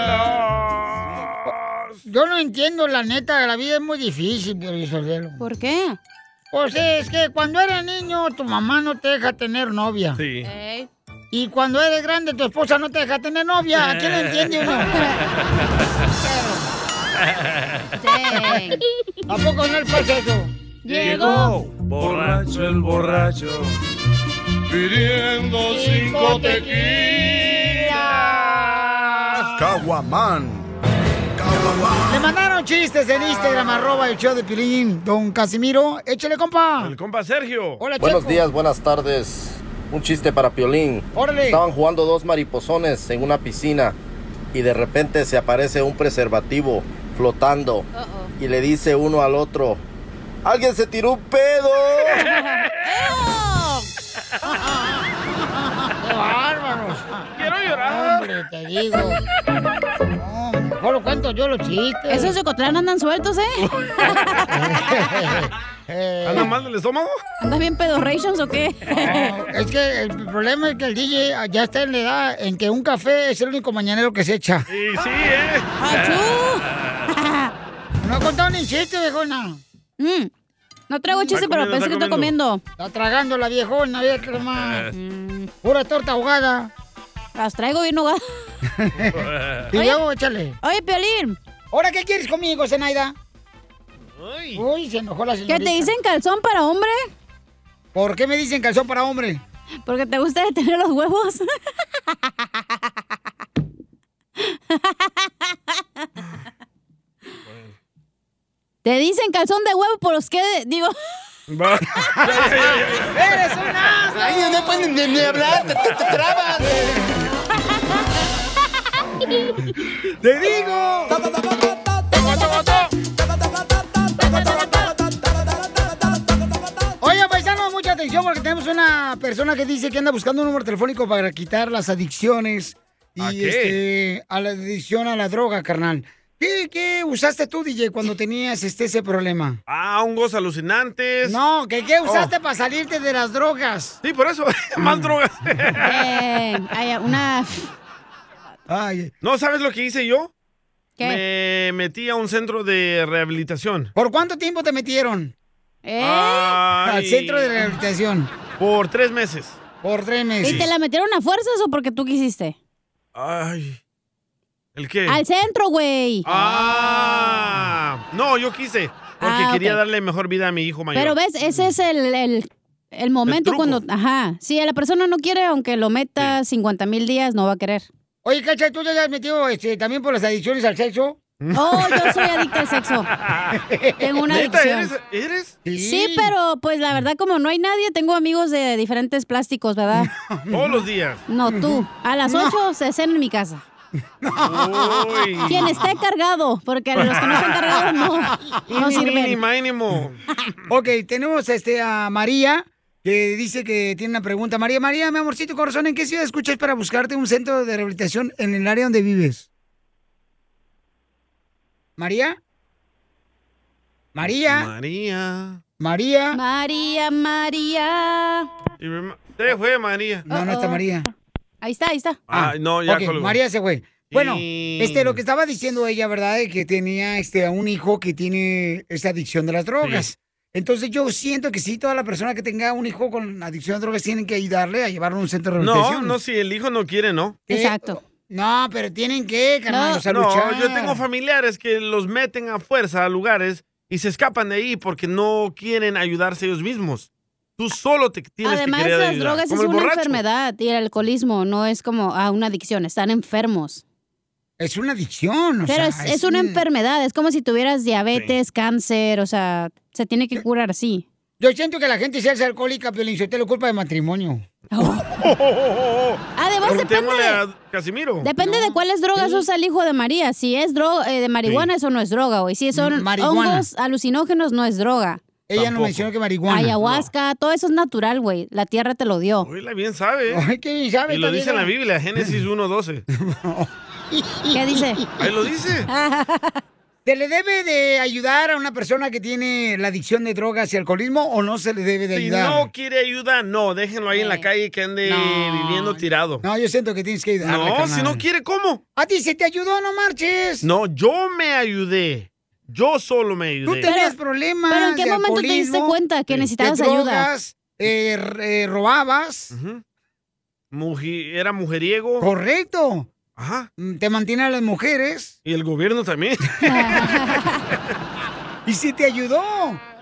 Yo no entiendo, la neta, la vida es muy difícil, Sotelo. ¿Por qué? Pues es que cuando eres niño, tu mamá no te deja tener novia. Sí. Y cuando eres grande, tu esposa no te deja tener novia. ¿A Ah, quién Eh. le entiende uno? ¿A poco no el proceso? Llegó borracho el borracho pidiendo cinco tequilas. Caguaman. Le mandaron chistes en Instagram, arroba el show de Pilín. Don Casimiro, échale, compa. El compa Sergio. Hola, Buenos Checo. días, buenas tardes. Un chiste para Piolín. Órale. Estaban jugando dos mariposones en una piscina y de repente se aparece un preservativo flotando y le dice uno al otro, alguien se tiró un pedo. ¡Qué bárbaros! ¡Quiero llorar! Hombre, te digo. No, mejor lo cuento yo los chistes. Esos de Cotlán andan sueltos, ¿eh? ¿Anda mal del estómago? ¿Andas bien pedorrations o qué? Es que el problema es que el DJ ya está en la edad en que un café es el único mañanero que se echa. Sí, sí, ¿eh? No ha contado ni chiste, viejona. Mm. no traigo chiste, Está pero comiendo, pensé está que está comiendo. Está tragando la viejona, vieja nomás. Eh. Pura torta ahogada. Las traigo bien ahogadas. Y Oye. luego échale. Oye, Piolín. ¿Ahora qué quieres conmigo, Zenaida? Uy, se enojó la ¿Que señorita. te dicen calzón para hombre? ¿Por qué me dicen calzón para hombre? Porque te gusta detener los huevos. te dicen calzón de huevo, por los que digo. ¡Eres un asno! Ay, no pueden ni, ni hablar, te, te- te trabas. ¡Te digo! Oiga, paisanos, mucha atención porque tenemos una persona que dice que anda buscando un número telefónico para quitar las adicciones y ¿A qué? este, a la adicción a la droga, carnal. ¿Qué, qué usaste tú, DJ, cuando tenías este ese problema? Ah, hongos alucinantes. No, ¿qué, qué usaste para salirte de las drogas? Oh. Mm. Sí, por eso, más drogas. Eh, hay una... No, ¿sabes lo que hice yo? ¿Qué? Me metí a un centro de rehabilitación. ¿Por cuánto tiempo te metieron? ¿Eh? Al centro de rehabilitación. Por tres meses. Por tres meses. ¿Y te la metieron a fuerzas o porque tú quisiste? Ay. ¿El qué? Al centro, güey. Ah. No, yo quise. Porque Ah, ok. quería darle mejor vida a mi hijo mayor. Pero ves, ese es el, el- el momento truco. cuando... Ajá. Si la persona no quiere, aunque lo meta 50 mil días, no va a querer. Oye, Cacha, ¿tú ya te has metido este, también por las adicciones al sexo? Mm. Oh, yo soy adicta al sexo. Tengo una ¿Neta adicción. eres- ¿Eres? Sí, pero pues la verdad, como no hay nadie, tengo amigos de diferentes plásticos, ¿verdad? Todos los días. No, tú. A las 8 se hacen en mi casa. Uy. Quien esté cargado, porque a los que no están cargados no, no Ini, sirven. mini, Ok, tenemos este, a María, que dice que tiene una pregunta. María, María, mi amorcito corazón, ¿en qué ciudad escuchas para buscarte un centro de rehabilitación en el área donde vives? ¿María? ¿María? María. ¿María? María, María. Y mi ma- Te fue, María. No, no está María. Ahí está, ahí está. Ah, no, ya ok, colgó. María se fue. Bueno, Sí. este, lo que estaba diciendo ella, ¿verdad? De que tenía este, a un hijo que tiene esta adicción de las drogas. Entonces yo siento que sí, toda la persona que tenga un hijo con adicción a drogas tienen que ayudarle a llevarlo a un centro de No, rehabilitación. no, si el hijo no quiere, no. ¿Qué? No, pero tienen que, carnal, o sea, luchar. No, yo tengo familiares que los meten a fuerza a lugares y se escapan de ahí porque no quieren ayudarse ellos mismos. Tú solo te tienes Además, que querer las ayudar. drogas es Como una el borracho. enfermedad y el alcoholismo no es como ah, una adicción, están enfermos. Es una adicción, o Pero sea, es, es una un- enfermedad, es como si tuvieras diabetes, cáncer, o sea, se tiene que curar así. Yo siento que la gente se hace alcohólica, pero te lo culpa de matrimonio. Oh. Ah, Además, Preguntémosle depende- a Casimiro. Depende de cuáles drogas usa el hijo de María. Si es droga, de marihuana, eso no es droga, güey. Si son Mm, marihuana. hongos alucinógenos, no es droga. Ella no mencionó que marihuana. Ayahuasca, todo eso es natural, güey. La tierra te lo dio. Él bien sabe. Ay, qué bien sabe Y lo esta dice en la vieja. Biblia, Génesis 1.12. ¿Qué dice? Ahí lo dice. ¿Se le debe de ayudar a una persona que tiene la adicción de drogas y alcoholismo o no se le debe de Si ayudar? no quiere ayuda, no, déjenlo ahí en Eh, la calle que ande viviendo tirado. No, yo siento que tienes que ayudar. No, si no quiere, ¿cómo? Ah, A ti se te ayudó, no marches. No, yo me ayudé. Yo solo me ayudé. Tú tenías problemas. pero ¿en qué de momento te diste alcoholismo, este, cuenta que de necesitabas drogas, eh, r- eh, robabas. Muji- era mujeriego. Correcto. Mm, Ajá. Te mantienen a las mujeres. Y el gobierno también. Y si te ayudó.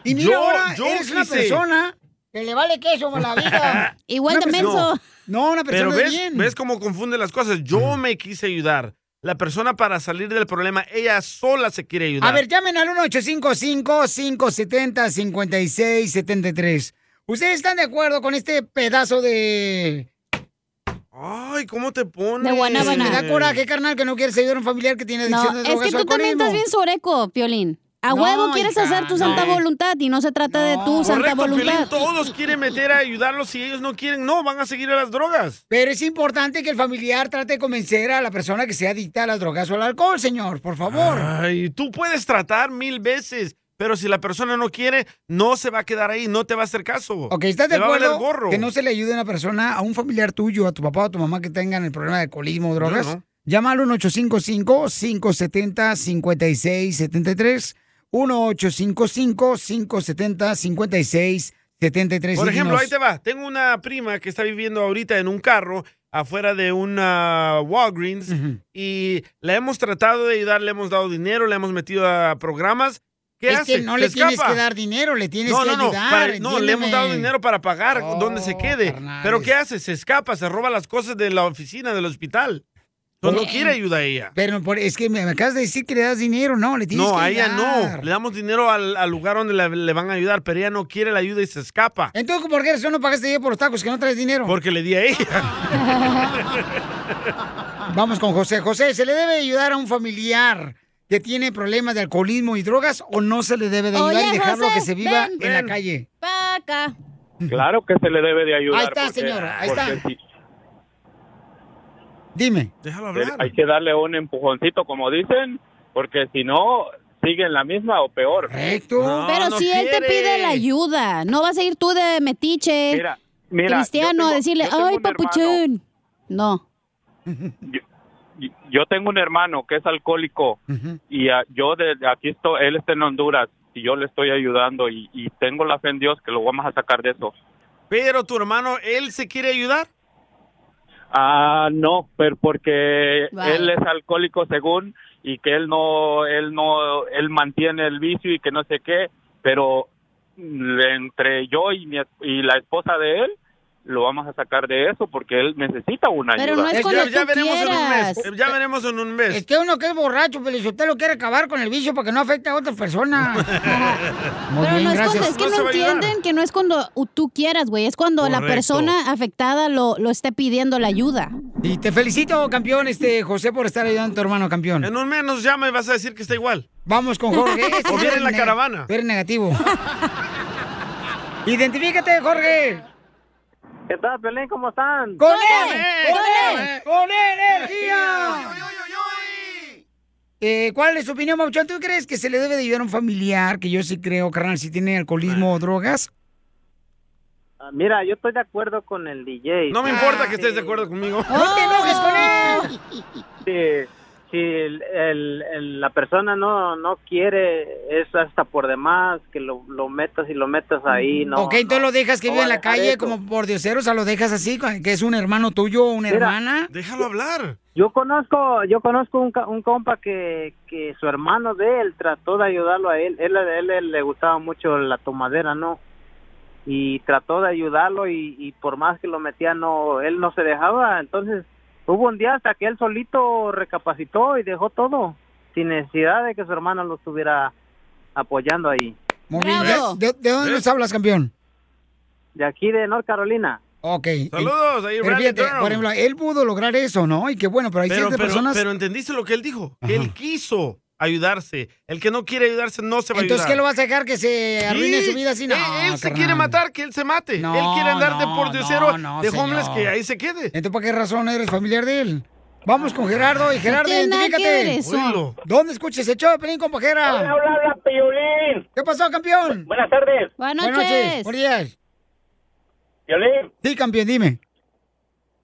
Y mira, Yo- ahora yo eres una quise. persona que le vale queso por la vida. Igual Una de persona- menso. No, una persona Pero de ves, bien. ves cómo confunde las cosas. Yo me quise ayudar. La persona para salir del problema, ella sola se quiere ayudar. A ver, llamen al 1855-570-5673. ¿Ustedes están de acuerdo con este pedazo de... Ay, ¿cómo te pones? Me da coraje, carnal, que no quieres ayudar a un familiar que tiene No, adicción de es drogas que o tú también estás alcoholismo. bien soreco, Piolín. A No, huevo quieres hija, hacer tu santa no. voluntad y no se trata de tu santa Correcto, Piolín, voluntad. todos quieren meter a ayudarlos. Si ellos no quieren, no, van a seguir a las drogas. Pero es importante que el familiar trate de convencer a la persona que sea adicta a las drogas o al alcohol, señor, por favor. Ay, tú puedes tratar mil veces, pero si la persona no quiere, no se va a quedar ahí, no te va a hacer caso. Ok, ¿estás de Te va a valer acuerdo gorro. que no se le ayude a una persona, a un familiar tuyo, a tu papá o a tu mamá que tengan el problema de alcoholismo o drogas? no. Llama al 1-855-570-5673. 1-855-570-5673. Por Y ejemplo, dinos, ahí te va. Tengo una prima que está viviendo ahorita en un carro afuera de una Walgreens y la hemos tratado de ayudar, le hemos dado dinero, le hemos metido a programas. ¿Qué es hace? que no Se le tienes escapa. que dar dinero, le tienes no, que no, no, ayudar. para- no, le hemos entiéndeme. dado Oh, dinero para pagar donde se quede. Pero ¿qué hace? Se escapa, se roba las cosas de la oficina, del hospital. Pues no eh, quiere ayuda a ella. Pero por- es que me, me acabas de decir que le das dinero, ¿no? Le tienes No, que a ella dar. no. Le damos dinero al, al lugar donde la- le van a ayudar, pero ella no quiere la ayuda y se escapa. Entonces, ¿por qué no pagaste yo por los tacos que no traes dinero? Porque le di a ella. Vamos con José. José, ¿se le debe ayudar a un familiar que tiene problemas de alcoholismo y drogas o no se le debe de ayudar Oye, y dejarlo José, que se viva ven. en la Ven. calle? Pa' acá. Claro que se le debe de ayudar. Ahí está, señora, ahí está. Dime. Déjalo hablar. Hay que darle un empujoncito, como dicen, porque si no, sigue en la misma o peor. Pero si él te pide la ayuda, no vas a ir tú de metiche, Mira, mira, yo cristiano, tengo- a decirle, yo tengo ay, un hermano". papuchón. No. Yo tengo un hermano que es alcohólico y ah, yo de de aquí estoy, él está en Honduras y yo le estoy ayudando y, y tengo la fe en Dios que lo vamos a sacar de eso. Pero tu hermano, él se quiere ayudar. Ah, no, pero porque Vale. él es alcohólico según y que él no, él no, él mantiene el vicio y que no sé qué, pero mm, entre yo y, mi, es- y la esposa de él lo vamos a sacar de eso porque él necesita una ayuda. Eh, ya, ya veremos en un mes. Ya veremos en un mes. Es que Este uno que es borracho, pero si usted lo quiere acabar con el vicio para que no afecte a otras personas. Muy Pero bien, no es, cuando, gracias. es que No se no va a ayudar. entienden que no es cuando tú quieras, güey. Es cuando la Correcto. persona afectada lo, lo esté pidiendo la ayuda. Y te felicito, campeón, este José, por estar ayudando a tu hermano, campeón. En un mes nos llama y vas a decir que está igual. Vamos con Jorge. O viene en la caravana. Pero negativo. Identifícate, Jorge. ¿Qué tal, Pelín? ¿Cómo están? ¡Con él! ¡Con él! ¡Con energía! Eh, ¿Cuál es tu opinión, Mauchón? ¿Tú crees que se le debe de ayudar a un familiar, que yo sí creo, carnal, si tiene alcoholismo o drogas? Ah, Mira, yo estoy de acuerdo con el Ah, DJ. No me importa que estés de acuerdo conmigo. ¡No te enojes con él! Si, si el- el- el- la persona no, no quiere, es hasta por demás que lo, lo metas y lo metas ahí. No, Mm. ok, entonces no, lo dejas que no vive va en a la dejar calle eso. como por diosero, o sea, lo dejas así, que es un hermano tuyo o una Mira, hermana. Déjalo hablar. Yo conozco, yo conozco un, ca- un compa que, que su hermano de él trató de ayudarlo a él. Él, a él, le gustaba mucho la tomadera, ¿no? Y trató de ayudarlo y, y por más que lo metía, no, él no se dejaba. Entonces hubo un día hasta que él solito recapacitó y dejó todo sin necesidad de que su hermano lo estuviera apoyando ahí. Muy bien, ¿de, de- de dónde nos hablas, campeón? De aquí de North Carolina. Ok. Saludos, ahí Pero Brandon fíjate, Durham. por ejemplo, él pudo lograr eso, ¿no? Y qué bueno, pero hay Pero, ciertas pero- personas... pero entendiste lo que él dijo. Que él quiso ayudarse. El que no quiere ayudarse no se va Entonces, a ¿qué lo ayudar. vas a dejar que se arruine Sí, su vida así? No, él- él se carnal. quiere matar, que él se mate. No, él quiere andar de no, por diosero no, no, de señor. homeless que ahí se quede. Entonces, ¿para qué razón eres familiar de él? Vamos con Gerardo y No Gerardo, tiene nada que ver identifícate. eso. Oílo. ¿Dónde escuches el show de Pelín con Pajera? Hola, hola, hola, Piolín. ¿Qué pasó, campeón? Buenas tardes. Buenas Buenas noches. noches. Buenos días. Piolín. Sí, campeón, dime.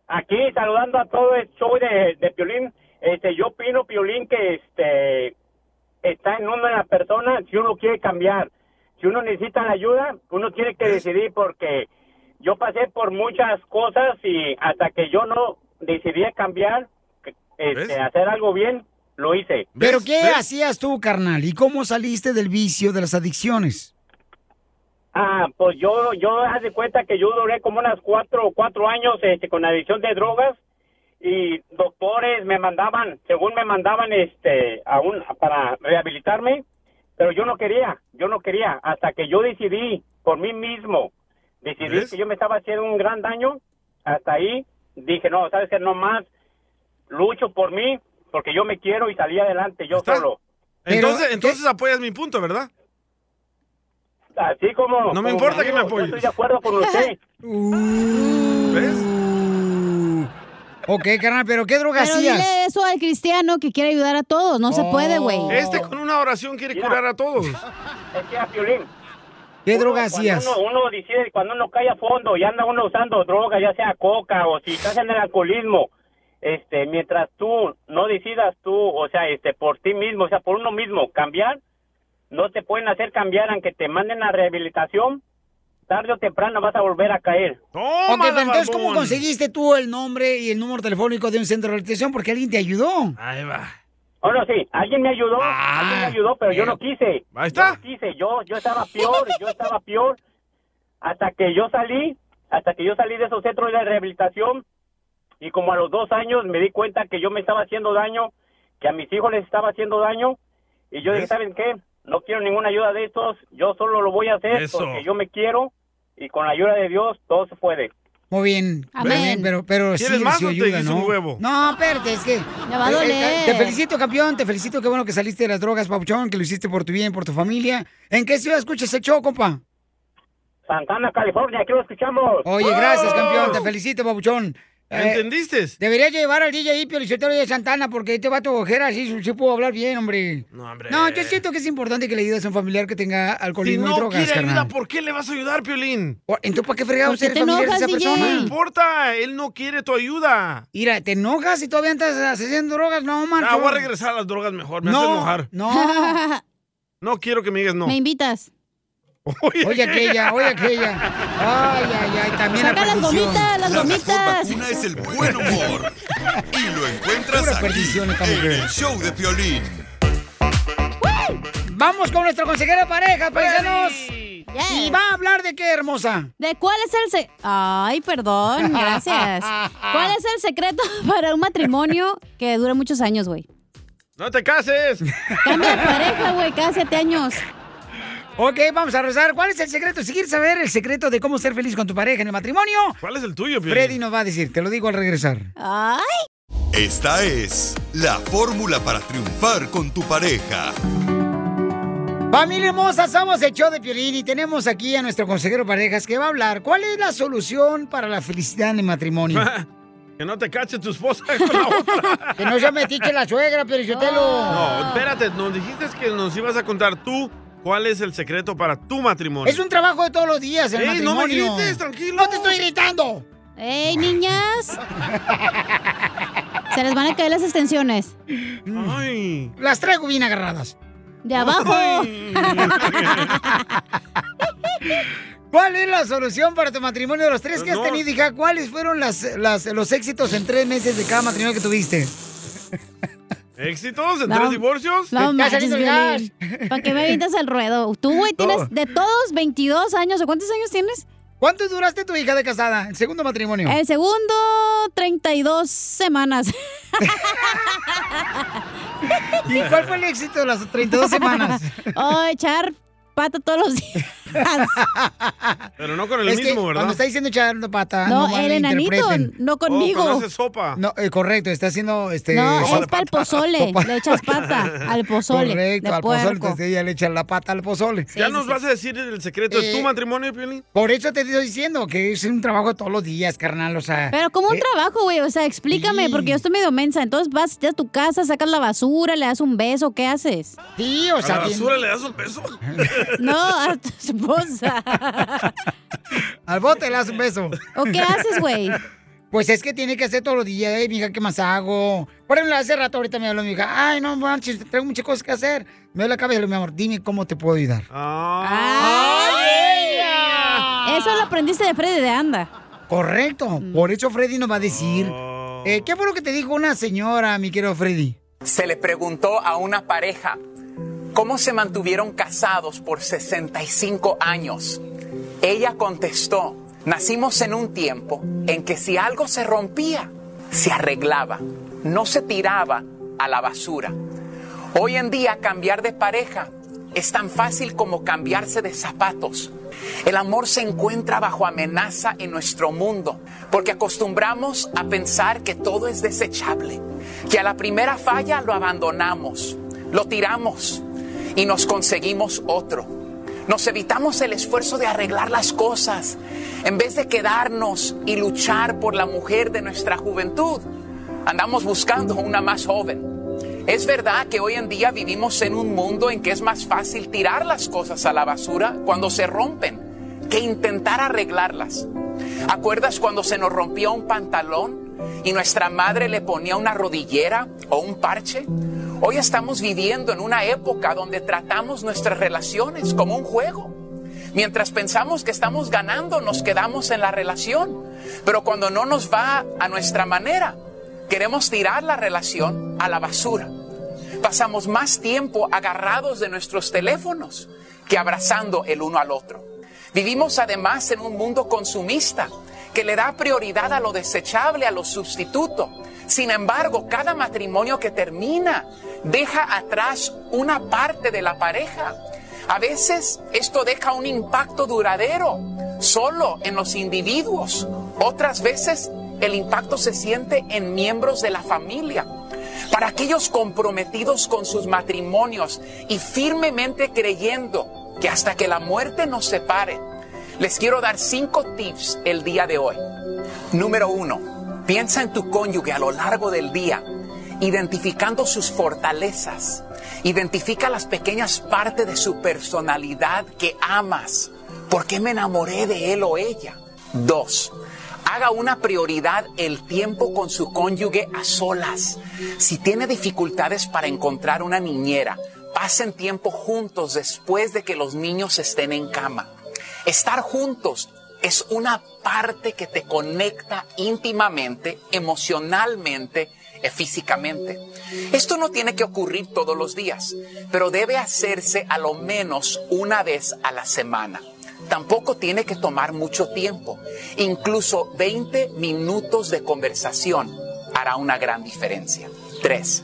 aquí saludando a todo el show de, de Piolín. Este, yo opino, Piolín, que este está en una la persona si uno quiere cambiar. Si uno necesita la ayuda, uno tiene que decidir porque yo pasé por muchas cosas y hasta que yo no decidí cambiar, que- este, hacer algo bien, lo hice. ¿Pero qué hacías tú, carnal? ¿Y cómo saliste del vicio de las adicciones? Ah, pues yo, yo haz de cuenta que yo duré como unas cuatro, cuatro años este, con adicción de drogas y doctores me mandaban, según me mandaban este, a un, para rehabilitarme, pero yo no quería, yo no quería, hasta que yo decidí por mí mismo, decidí que yo me estaba haciendo un gran daño, hasta ahí dije, no, sabes que no más, lucho por mí, porque yo me quiero y salí adelante yo solo. Entonces, entonces apoyas mi punto, ¿verdad? Así como... No me como importa que me amigo, yo apoyes. Estoy de acuerdo con usted. Ok, carnal, pero ¿qué droga Pero hacías? dile eso al cristiano que quiere ayudar a todos. No se puede, güey. Oh. Este con una oración quiere curar a todos. Es que a Piolín. ¿Qué droga drogas hacías? Uno, uno decide cuando uno cae a fondo y anda uno usando droga, ya sea coca o si estás en el alcoholismo, este, mientras tú no decidas tú, o sea, este, por ti mismo, o sea, por uno mismo, cambiar, no te pueden hacer cambiar aunque te manden a rehabilitación, tarde o temprano vas a volver a caer. Ok, pero entonces, ¿cómo conseguiste tú el nombre y el número telefónico de un centro de rehabilitación? Porque alguien te ayudó. Ah. Ahí va. Bueno, Ah. sí, alguien me ayudó, alguien me ayudó, pero yo no quise. Ahí está. Yo no quise, yo, yo estaba peor, yo estaba peor. Hasta que yo salí, hasta que yo salí de esos centros de rehabilitación, y como a los dos años me di cuenta que yo me estaba haciendo daño, que a mis hijos les estaba haciendo daño y yo dije, ¿saben qué? No quiero ninguna ayuda de estos, yo solo lo voy a hacer Eso. porque yo me quiero y con la ayuda de Dios todo se puede. Muy bien. Amén. muy bien, Pero, pero sí, ¿Quieres más sí o te ayuda, hice ¿no? un huevo? No, espérate, es que. va a Eh, eh, doler. Te felicito, campeón. Te felicito. Qué bueno que saliste de las drogas, Papuchón, que lo hiciste por tu bien, por tu familia. ¿En qué ciudad escuchas el show, compa? Santana, California, aquí lo escuchamos. Oye, gracias, ¡Oh! campeón. Te felicito, Papuchón. Eh, ¿Entendiste? Debería llevar al DJ ahí, Piolichotero de Santana, porque este vato ojera, sí, sí puedo hablar bien, hombre. No, hombre. No, yo siento que es importante que le ayudes a un familiar que tenga Si alcoholismo y no drogas, quiere ayuda, carnal. ¿por qué le vas a ayudar, Piolín? Entonces, ¿para qué fregados eres familiar de esa No persona? importa, él no quiere tu ayuda. Mira, te enojas y todavía andas haciendo drogas, no, man. Ah, voy a regresar a las drogas mejor, me hace No, enojar. no. No quiero que me digas no. Me invitas. Oye, Oye aquella, oye aquella. Ay, ay, ay, también Saca las perdición. gomitas, las gomitas. Una es el buen humor. Y lo encuentras aquí, en el show de Piolín. Vamos con nuestra consejera de pareja, paisanos. Y va a hablar de qué, hermosa. ¿De cuál es el se- Ay, perdón, gracias. ¿Cuál es el secreto para un matrimonio que dure muchos años, güey? No te cases. Cambia de pareja, güey, cada siete años. Ok, vamos a rezar. ¿Cuál es el secreto? Si quieres saber el secreto de cómo ser feliz con tu pareja en el matrimonio, ¿Cuál es el tuyo, Piolín? Freddy nos va a decir. Te lo digo al regresar. Ay. Esta es la fórmula para triunfar con tu pareja. Familia hermosa, somos el show de Piolín y tenemos aquí a nuestro consejero parejas que va a hablar. ¿Cuál es la solución para la felicidad en el matrimonio? que no te cache tu esposa con la otra. que no se metiche la suegra, pero yo te No, espérate, nos dijiste que nos ibas a contar tú cuál es el secreto para tu matrimonio. Es un trabajo de todos los días el Ey, no me matrimonio. grites, tranquilo. No te estoy gritando. ¡Ey, niñas! Se les van a caer las extensiones. Las traigo bien agarradas. De abajo. ¿Cuál es la solución para tu matrimonio de los Pues tres que has No. tenido, hija? ¿Cuáles fueron las, las- los éxitos en tres meses de cada matrimonio que tuviste? ¿Éxitos en No. tres divorcios? No manches, saliendo el Oh. Violín. ¿Para qué me avientas al ruedo? Tú, güey, tienes de todos 22 años. ¿O cuántos años tienes? ¿Cuánto duraste tu hija de casada? El segundo matrimonio. El segundo, 32 semanas. ¿Y cuál fue el éxito de las 32 semanas? Oh, echar pata todos los días. Pero no con el Es que mismo, ¿verdad? Cuando está diciendo echando pata, No, Ah, no, el enanito, malinterpreten. no conmigo. Oh, cuando hace sopa. No, eh, correcto, está haciendo este. No, sopa es de para el pata. pozole. Sopa- Le echas pata al pozole. Correcto, de al pozole, puerco. entonces ella le echa la pata al pozole. ¿Ya nos vas a decir el secreto de Eh, tu matrimonio, Piolín? Por eso te estoy diciendo que es un trabajo todos los días, carnal, o sea. Pero como un eh, trabajo, güey, o sea, explícame, porque yo estoy medio mensa. Entonces vas ya a tu casa, sacas la basura, le das un beso, ¿qué haces? Sí, ¿A la basura le das un beso? No, a tu esposa. Al bote le das un beso. ¿O qué haces, güey? Pues es que tiene que hacer todos los días, eh, mija, ¿qué más hago? Por ejemplo, hace rato ahorita me habló mi hija, ay, no manches, tengo muchas cosas que hacer. Me duele la cabeza, le digo, mi amor, dime cómo te puedo ayudar. Eso lo aprendiste de Freddy de Anda. Mm. Correcto, por eso Freddy nos va a decir, eh, ¿qué fue lo que te dijo una señora, mi querido Freddy? se le preguntó a una pareja cómo se mantuvieron casados por 65 años. Ella contestó, nacimos en un tiempo en que si algo se rompía, se arreglaba, no se tiraba a la basura. Hoy en día cambiar de pareja es tan fácil como cambiarse de zapatos. El amor se encuentra bajo amenaza en nuestro mundo porque acostumbramos a pensar que todo es desechable, que a la primera falla lo abandonamos, lo tiramos y nos conseguimos otro. Nos evitamos el esfuerzo de arreglar las cosas en vez de quedarnos y luchar por la mujer de nuestra juventud. Andamos buscando una más joven. Es verdad que hoy en día vivimos en un mundo en que es más fácil tirar las cosas a la basura cuando se rompen que intentar arreglarlas. ¿Acuerdas cuando se nos rompía un pantalón y nuestra madre le ponía una rodillera o un parche? Hoy estamos viviendo en una época donde tratamos nuestras relaciones como un juego. Mientras pensamos que estamos ganando, nos quedamos en la relación. Pero cuando no nos va a nuestra manera, queremos tirar la relación a la basura. Pasamos más tiempo agarrados de nuestros teléfonos que abrazando el uno al otro. Vivimos además en un mundo consumista porque le da prioridad a lo desechable, a lo sustituto. Sin embargo, cada matrimonio que termina deja atrás una parte de la pareja. A veces esto deja un impacto duradero solo en los individuos. Otras veces el impacto se siente en miembros de la familia. Para aquellos comprometidos con sus matrimonios y firmemente creyendo que hasta que la muerte nos separe, les quiero dar cinco tips el día de hoy. Número uno, piensa en tu cónyuge a lo largo del día, identificando sus fortalezas. Identifica las pequeñas partes de su personalidad que amas. ¿Por qué me enamoré de él o ella? Dos, haga una prioridad el tiempo con su cónyuge a solas. Si tiene dificultades para encontrar una niñera, pasen tiempo juntos después de que los niños estén en cama. Estar juntos es una parte que te conecta íntimamente, emocionalmente, eh, físicamente. Esto no tiene que ocurrir todos los días, pero debe hacerse a lo menos una vez a la semana. Tampoco tiene que tomar mucho tiempo. Incluso 20 minutos de conversación hará una gran diferencia. 3.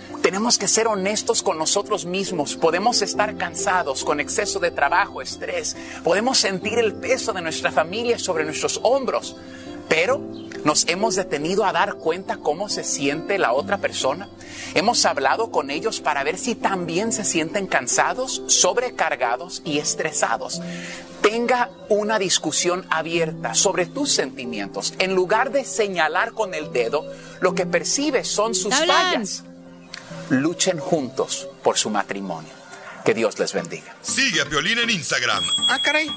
Tenemos que ser honestos con nosotros mismos. Podemos estar cansados con exceso de trabajo, estrés. Podemos sentir el peso de nuestra familia sobre nuestros hombros. Pero nos hemos detenido a dar cuenta cómo se siente la otra persona. Hemos hablado con ellos para ver si también se sienten cansados, sobrecargados y estresados. Tenga una discusión abierta sobre tus sentimientos. En lugar de señalar con el dedo, lo que percibes son sus Hablan. fallas. Luchen juntos por su matrimonio. Que Dios les bendiga. Sigue a Piolín en Instagram, Ah, caray.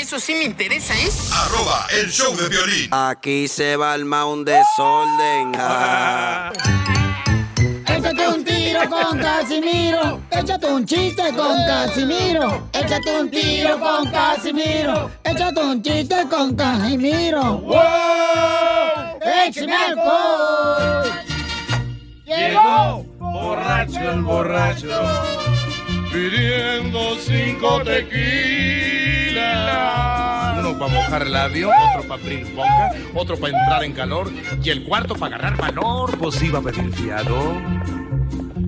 Eso sí me interesa, ¿eh? arroba el show de violín. Aquí se va el mound desorden. Ah. Échate un tiro con Casimiro. Échate un chiste con Casimiro. Échate un tiro con Casimiro. Échate un chiste con Casimiro. ¡Wow! ¡Échame alcohol! Llegó borracho el borracho pidiendo cinco tequilas. Uno para mojar labio, otro para abrir boca, otro para entrar en calor y el cuarto para agarrar valor. Pues iba a pedir fiado.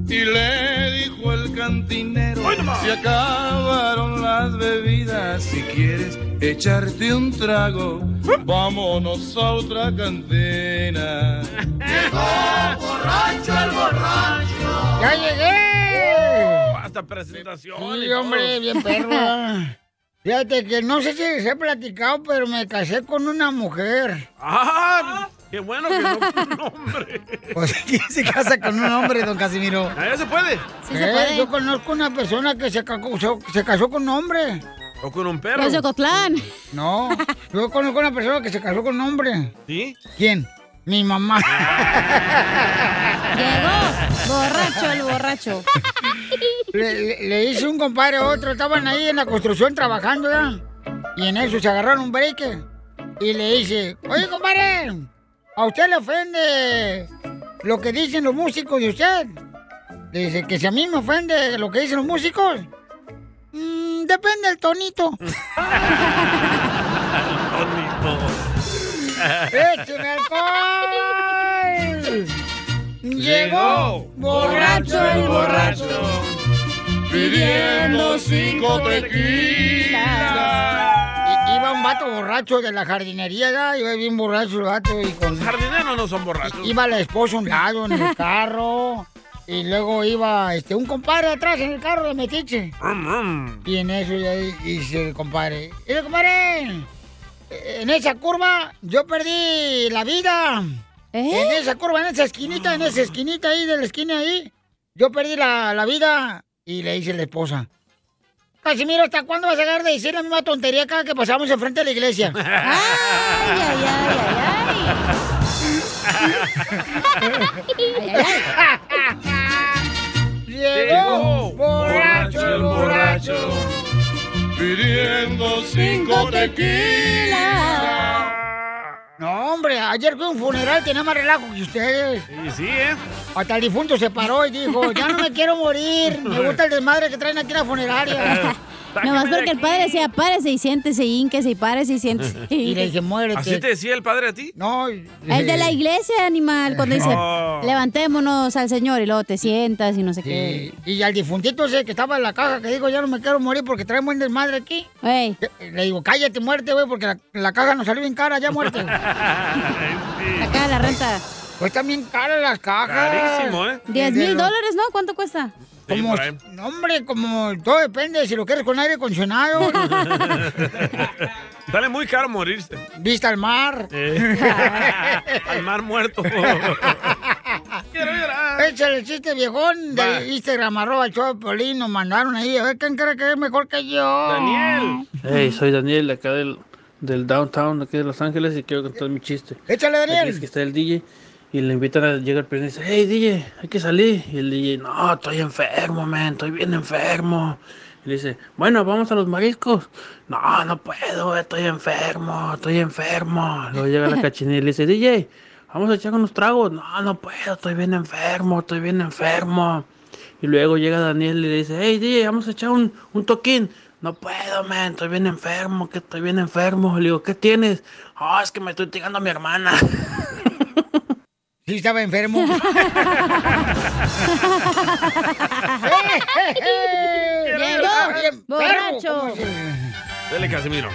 Y le dijo el cantinero, se acabaron las bebidas, si quieres echarte un trago, vámonos a otra cantina. borracho el borracho. ¡Ya llegué! Hasta presentación. Sí, hombre, bien perra. Fíjate que no sé si les he platicado, pero me casé con una mujer. ¡Ah! ¡Qué bueno que no con un hombre! Ah, Pues, ¿quién se casa con un hombre, don Casimiro? ¿Ya se puede? Eh, Yo conozco una persona que se, ca- se- se casó con un hombre. ¿O con un perro? Yocotlán. No, yo conozco una persona que se casó con un hombre. ¿Sí? Ah. ¿Quién? Mi mamá. Llegó borracho el borracho. Le, le- le hice un compadre a otro, estaban ahí en la construcción trabajando, ¿ya? Y en eso se agarraron un breque. Y le dice, oye, compadre, ¿a usted le ofende lo que dicen los músicos de usted? Le dice, que si a mí me ofende lo que dicen los músicos, mm, depende del tonito. ¡Écheme alcohol! Llegó borracho el borracho pidiendo cinco tequilas. I- Iba un vato borracho de la jardinería, ya, iba bien borracho el vato. Y con... Jardineros no son borrachos. Iba la esposa a un lado en el carro. Y luego iba este, un compadre atrás en el carro de Metiche. Ah, Y en eso ya di- dice el compadre. "Mire, compadre, en esa curva yo perdí la vida. En esa curva, en esa esquinita, en esa esquinita ahí de la esquina ahí, yo perdí la, la vida. Y le dice la esposa. Casimiro, ¿hasta cuándo vas a dejar de decir la misma tontería Ah, cada que pasamos enfrente de la iglesia? ay, ay, ay, ay, Llegó borracho, el borracho, pidiendo cinco tequilas. No, hombre, ayer fue un funeral tenía más relajo que ustedes. Sí, sí, ¿eh? Hasta el difunto se paró y dijo, ya no me quiero morir, me gusta el desmadre que traen aquí en la funeraria. Nomás porque el padre decía, párese y siéntese, y ínquese y párese y siéntese. Y le dije, muérete. ¿Así te decía el padre a ti? No. El de la iglesia, animal, cuando dice, Oh. levantémonos al Señor y luego te sientas y no sé qué. Y, y al difuntito ese que estaba en la caja que digo, ya no me quiero morir porque traen buen desmadre aquí. Le- Le digo, cállate, muerte, güey, porque la, la caja nos salió bien cara, ya muerte. Acá la renta. Pues también caras las cajas. Carísimo, ¿eh? 10 mil dólares, ¿no? ¿Cuánto cuesta? Como, no, hombre, como todo depende de si lo quieres con aire acondicionado, Sale muy caro morirse. vista al mar. Eh. Al mar muerto. Échale el chiste viejón de Va. Instagram, arroba el show de Piolín, nos mandaron ahí. A ver, ¿quién cree que es mejor que yo? Daniel. Hey, soy Daniel de acá del, del downtown, de aquí de Los Ángeles, y quiero contar mi chiste. Échale, Daniel. Es que está el DJ y le invitan a llegar el pianista y dice, hey, DJ, hay que salir. Y el DJ, no, estoy enfermo, man, estoy bien enfermo. Y le dice, bueno, vamos a los mariscos. No, no puedo, estoy enfermo, estoy enfermo. Luego llega la cachinilla y le dice, DJ, vamos a echar unos tragos. No, no puedo, estoy bien enfermo, estoy bien enfermo. Y luego llega Daniel y le dice, hey DJ, vamos a echar un, un toquín. No puedo, man, estoy bien enfermo, que estoy bien enfermo. Le digo, ¿qué tienes? Oh, es que me estoy tirando a mi hermana. Sí, estaba enfermo. borracho. Dele, Casimiro.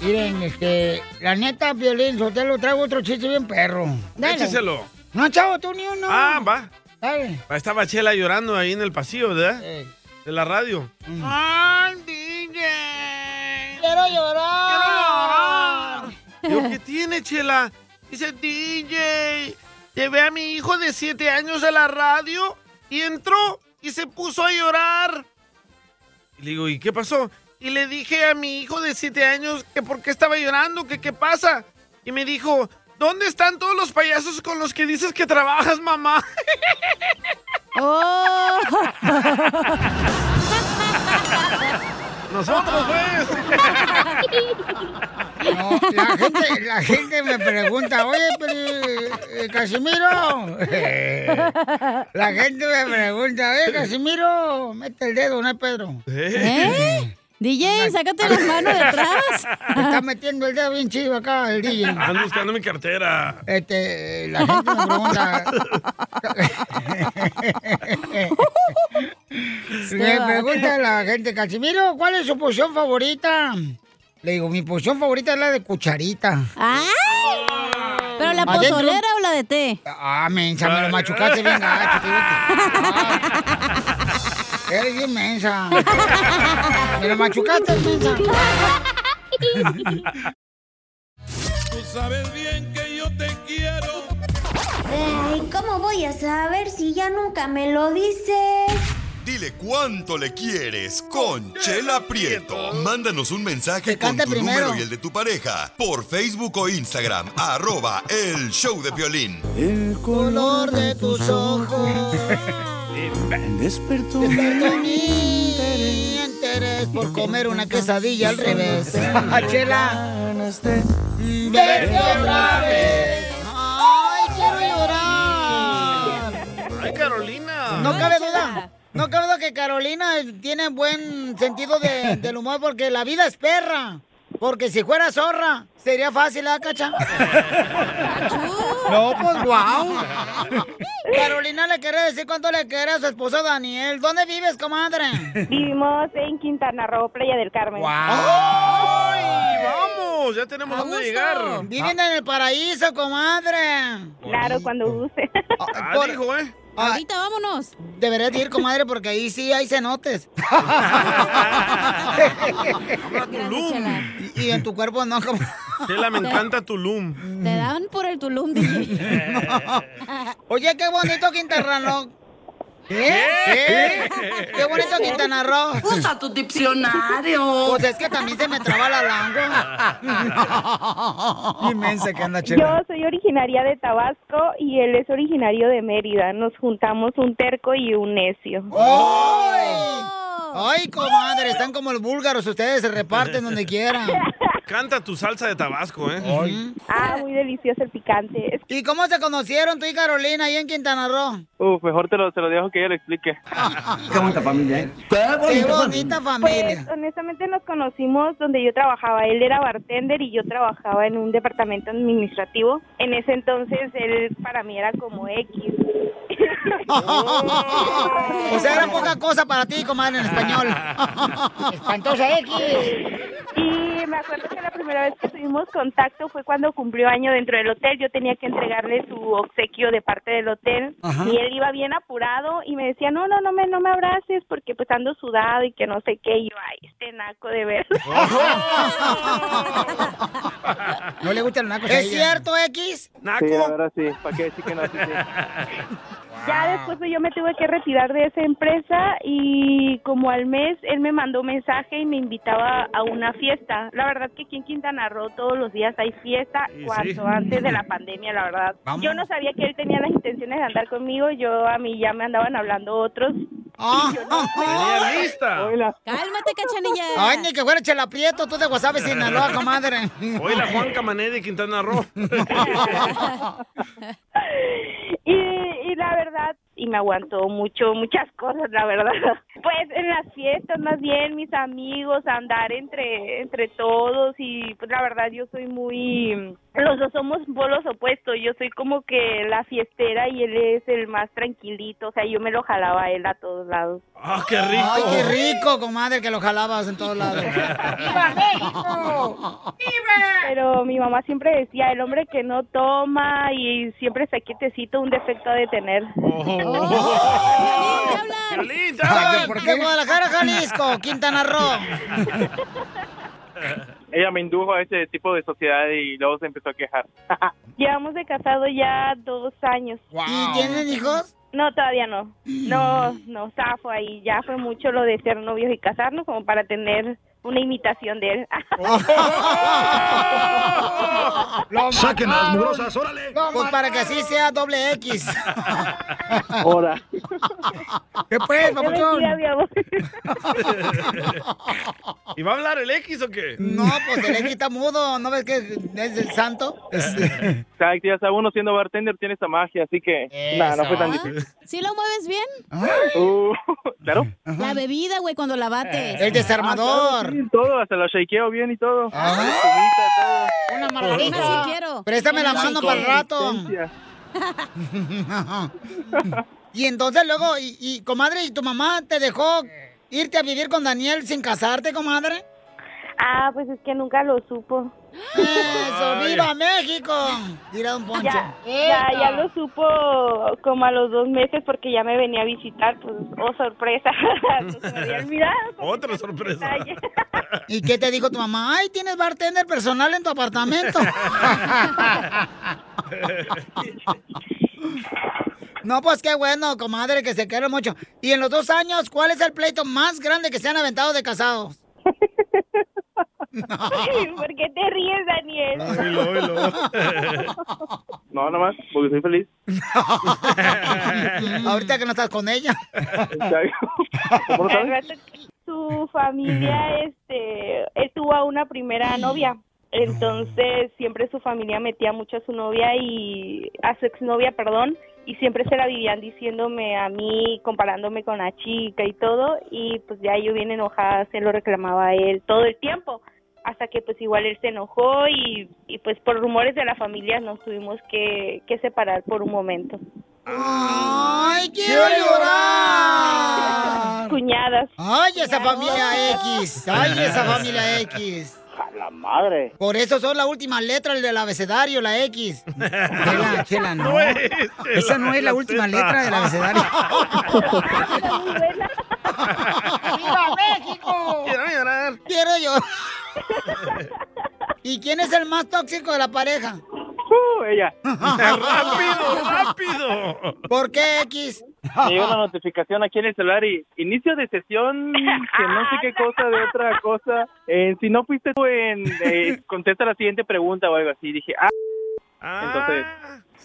Miren, este, la neta, Violín, Sotelo, traigo otro chiste bien perro. Écheselo. No, chavo, tú ni uno. Ah, va. Dale. Estaba Chela llorando ahí en el pasillo, ¿verdad? De la radio. Ay, DJ. Quiero llorar. Digo, ¿qué tiene, Chela? Dice, DJ, llevé a mi hijo de 7 años a la radio y entró y se puso a llorar. Y le digo, ¿y qué pasó? Y le dije a mi hijo de 7 años que por qué estaba llorando, que qué pasa. Y me dijo, ¿dónde están todos los payasos con los que dices que trabajas, mamá? ¡Oh! Nosotros, pues. No, la gente, la gente me pregunta, oye, pero, eh, Casimiro. La gente me pregunta, oye, Casimiro, mete el dedo, no es Pedro. ¿Eh? DJ, sácate las manos de atrás. Me está metiendo el dedo bien chido acá, el DJ. Ando buscando mi cartera. Este, la gente me pregunta. me pregunta la gente, Casimiro, ¿cuál es su poción favorita? Le digo, mi poción favorita es la de cucharita. ¡Ay! ¿Pero la Adentro. pozolera o la de té? Ah, mensa, me lo machucaste bien gacho, Ah, fíjate. Ay, Eres inmensa. Me lo machucaste, mensa. Tú sabes bien que yo te quiero. Ay, ¿cómo voy a saber si ya nunca me lo dices? Dile cuánto le quieres con Chela Prieto. Mándanos un mensaje con cante tu primero. número y el de tu pareja por Facebook o Instagram, arroba el show de violín. El color de tus ojos Despertó. Perdón, mi interés por comer una quesadilla al revés. Ah, Chela. Verte otra vez. Ay, quiero llorar. Ay, Carolina. No cabe duda. No cabe duda que Carolina tiene buen sentido de- del humor porque la vida es perra. Porque si fuera zorra, sería fácil, ¿ah, cacha? No, pues guau. Carolina le quiere decir cuánto le quiere a su esposo Daniel. ¿Dónde vives, comadre? Vivimos en Quintana Roo, Playa del Carmen. ¡Ay! ¡Vamos! Ya tenemos dónde llegar. Viven en el paraíso, comadre. Claro, cuando guste. Ah, dijo, ¿eh? Ahorita vámonos. Deberías de ir, comadre, porque ahí sí hay cenotes. y, y en tu cuerpo no, como... Chela, me encanta Tulum. Te dan por el Tulum, DJ. Oye, qué bonito Quintana Roo. ¿Eh? ¿Eh? Qué bonito Quintana Roo. Usa tu diccionario. Pues es que también se me traba la lengua. Inmensa que anda Yo chela. soy originaria de Tabasco y él es originario de Mérida. Nos juntamos un terco y un necio. ¡Oh! ¡Ay! Ay, comadre, están como los búlgaros, ustedes se reparten donde quieran. Canta tu salsa de Tabasco, ¿eh? Ah, muy delicioso el picante. ¿Y cómo se conocieron tú y Carolina ahí en Quintana Roo? Uf, mejor te lo, te lo dejo que yo le explique. Qué bonita familia, ¿eh? Qué bonita familia. Pues, honestamente nos conocimos donde yo trabajaba. Él era bartender y yo trabajaba en un departamento administrativo. En ese entonces él para mí era como X. O sea, era poca cosa para ti, comadre, en español. Espantosa Y me acuerdo que la primera vez que tuvimos contacto fue cuando cumplió año dentro del hotel. Yo tenía que entregarle su obsequio de parte del hotel Ajá. y él iba bien apurado y me decía, no, no, no me, no me abraces porque pues ando sudado y que no sé qué. Y yo, ay, este naco de ver. No le gustan nacos. a ¿Es ella. cierto, X? Sí, la verdad sí. ¿Para qué decir que no? Sí, sí. Ya después yo me tuve que retirar de esa empresa y como al mes él me mandó mensaje y me invitaba a una fiesta. La verdad que aquí en Quintana Roo todos los días hay fiesta Sí, sí. cuanto antes de la pandemia, la verdad. Vamos. Yo no sabía que él tenía las intenciones de andar conmigo, yo a mí ya me andaban hablando otros. Ah, Tenía lista. Cálmate, cachanilla. Ay, ni que fuera Chela Prieto, tú de Guasave, Sinaloa, comadre. Hoy la Juan Camané de Quintana Roo. Y, y la verdad, y me aguantó mucho, muchas cosas, la verdad. Pues en las fiestas, más bien, mis amigos, andar entre, entre todos y pues la verdad yo soy muy... Los dos somos polos opuestos, yo soy como que la fiestera y él es el más tranquilito, o sea, yo me lo jalaba a él a todos lados. ¡Ah, qué rico! Ay, qué rico, comadre, que lo jalabas en todos lados. Pero mi mamá siempre decía, el hombre que no toma y siempre está quietecito, un defecto de tener. Oh. Oh. Ay, De Guadalajara, Jalisco, Quintana Roo. Ella me indujo a ese tipo de sociedad y luego se empezó a quejar. Llevamos de casado ya dos años. ¿Y tienen hijos? No, todavía no. No, no, zafo ahí. Ya fue mucho lo de ser novios y casarnos como para tener una imitación de él. Saquen las mugrosas, órale. Pues para que así sea doble X. Ahora. ¿Qué pues, Dios bendiga, papuchón? mi amor. ¿Y va a hablar el X o qué? No, pues se le quita mudo, ¿no ves que es el santo? Eh. Cada que ya sabe uno siendo bartender tiene esa magia, así que nada, no fue tan difícil. ¿Sí lo mueves bien? Uh, claro. La bebida, güey, cuando la bates. Ah, claro, sí, todo, hasta lo shakeo bien y todo. Una margarita. Una sí quiero. Ah. Préstame la Una mano sí para el quiero. rato. y entonces luego, y, y, comadre, ¿y tu mamá te dejó irte a vivir con Daniel sin casarte, comadre? Ah, pues es que nunca lo supo. ¡Eso! ¡Viva México! Dirá Don Poncho. Ya, ya, ya lo supo como a los dos meses porque ya me venía a visitar, pues, oh sorpresa, Pues, me había olvidado. Otra sorpresa. ¿Y qué te dijo tu mamá? ¡Ay, tienes bartender personal en tu apartamento! no, pues qué bueno, comadre, que se quieren mucho. Y en los dos años, ¿cuál es el pleito más grande que se han aventado de casados? ¿Por qué te ríes, Daniel? No, nomás, porque soy feliz. Ahorita que no estás con ella. ¿Cómo lo sabes? Al rato que Su familia, este, él tuvo a una primera novia. Entonces, siempre su familia metía mucho a su novia y a su exnovia, perdón, y siempre se la vivían diciéndome a mí, comparándome con la chica y todo, y pues ya yo bien enojada se lo reclamaba a él todo el tiempo, hasta que pues igual él se enojó y, y pues por rumores de la familia nos tuvimos que, que separar por un momento. ¡Ay, quiero llorar! Cuñadas. ¡Ay, esa familia X! ¡Ay, esa familia X! A la madre. Por eso son la última letra del abecedario, la X. Chela, chela, no. No es, este, Esa no es la última Zeta. letra del abecedario. ¡Viva México! Quiero llorar. Quiero llorar. ¿Y quién es el más tóxico de la pareja? Uh, ella. ¡Rápido, rápido! ¿Por qué X? Me llegó una notificación aquí en el celular y inicio de sesión, que no sé qué cosa de otra cosa. Eh, si no fuiste tú en, eh, contesta la siguiente pregunta o algo así. Dije, ah, entonces...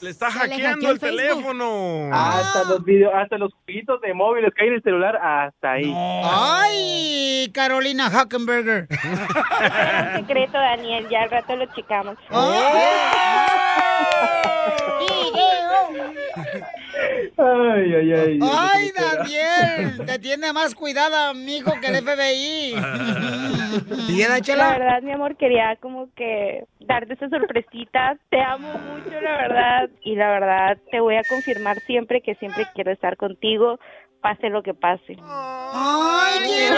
Le está hackeando el, teléfono. Hasta los videos, hasta los jueguitos de móviles que hay en el celular, hasta ahí. ¡Ay, Carolina Hackenberger! Un secreto, Daniel, ya al rato lo chicamos. ¡Oh! Ay, ay, ay. ¡Ay, Daniel! Te tiene más cuidada, amigo, que el FBI. ¿Y era, La Chela? verdad, mi amor, quería como que darte esa sorpresita. Te amo mucho, la verdad. Y la verdad, te voy a confirmar siempre que siempre quiero estar contigo, pase lo que pase. ¡Ay, quiero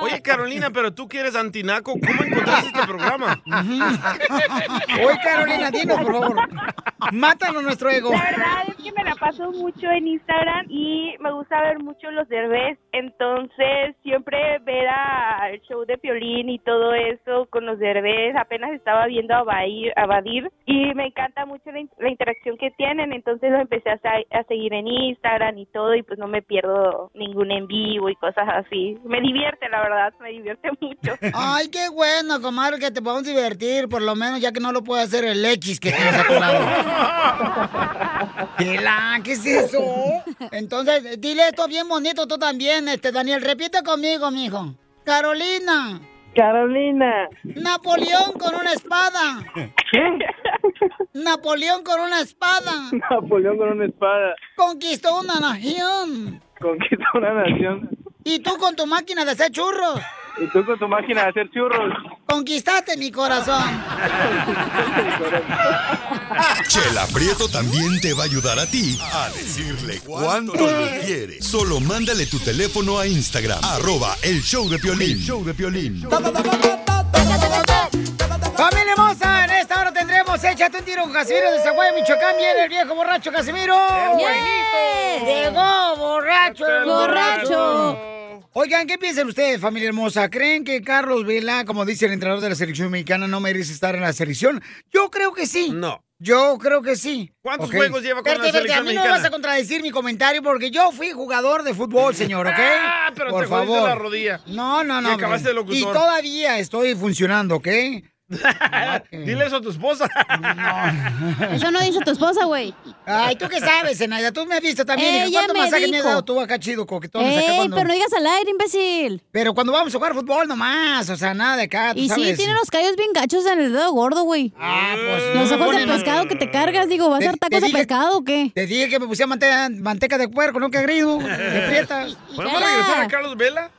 Oye, Carolina, pero tú que eres antinaco, ¿cómo encontraste este programa? Oye, Carolina, dinos, por favor. Mátanos nuestro ego. La verdad es que me la paso mucho en Instagram y me gusta ver mucho los derbés. Entonces, siempre ver a- al show de Piolín y todo eso con los derbés. Apenas estaba viendo a Badir, a Badir y me encanta mucho la, in- la interacción que tienen. Entonces, lo empecé a, sa- a seguir en Instagram y todo. Y pues no me pierdo ningún en vivo y cosas así. Me divierte, la verdad, me divierte mucho. Ay, qué bueno, comadre, que te podamos divertir, por lo menos, ya que no lo puede hacer el X que tienes a tu lado. Chela, ¿Qué es eso? Entonces, dile esto bien bonito tú también, este Daniel. Repite conmigo, mijo. Carolina, Carolina. Napoleón con una espada. Napoleón con una espada. Napoleón con una espada Conquistó una nación. conquistó una nación Y tú con tu máquina de hacer churros. y tú con tu máquina de hacer churros. Conquistaste mi corazón. Chela Prieto también te va a ayudar a ti a decirle cuánto le quieres. Solo mándale tu teléfono a Instagram, arroba el show de Piolín. show de Piolín. ¡Familia hermosa! En esta hora tendremos Échate un tiro con Casimiro de Zaguay, Michoacán. Viene el viejo borracho Casimiro. buenito! ¡Llegó borracho! el Borracho. Oigan, ¿qué piensan ustedes, familia hermosa? ¿Creen que Carlos Vela, como dice el entrenador de la selección mexicana, no merece estar en la selección? Yo creo que sí. No. Yo creo que sí. ¿Cuántos Ok. juegos lleva con la Espérate, espérate, selección a mí no mexicana? me vas a contradecir mi comentario porque yo fui jugador de fútbol, señor, ¿ok? Ah, pero Por te jodiste favor. la rodilla. No, no, Y no. acabaste de hombre. Y locutor. todavía estoy funcionando, ¿ok? Dile eso a tu esposa. Eso no dice tu esposa, güey. Ay, ¿tú qué sabes, Zenaida? Tú me has visto también. hija. Ella ¿Cuánto me masaje me has dijo. dado tú acá, chido, coquetón? Ey, acabando? pero no digas al aire, imbécil. Pero cuando vamos a jugar fútbol nomás, o sea, nada de acá, tú Y sí, sabes. tiene los callos bien gachos en el dedo gordo, güey. Ah, pues. Los no ojos de ponen- pescado que te cargas, digo, ¿vas a Te- hacer tacos te de dije- pescado o qué? Te dije que me pusiera manteca, manteca de puerco, no que grido, de prietas. ¿Podemos regresar a Carlos Vela?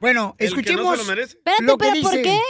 Bueno, El que no se lo escuchemos merece. Espérate, lo que pero ¿por dice. qué?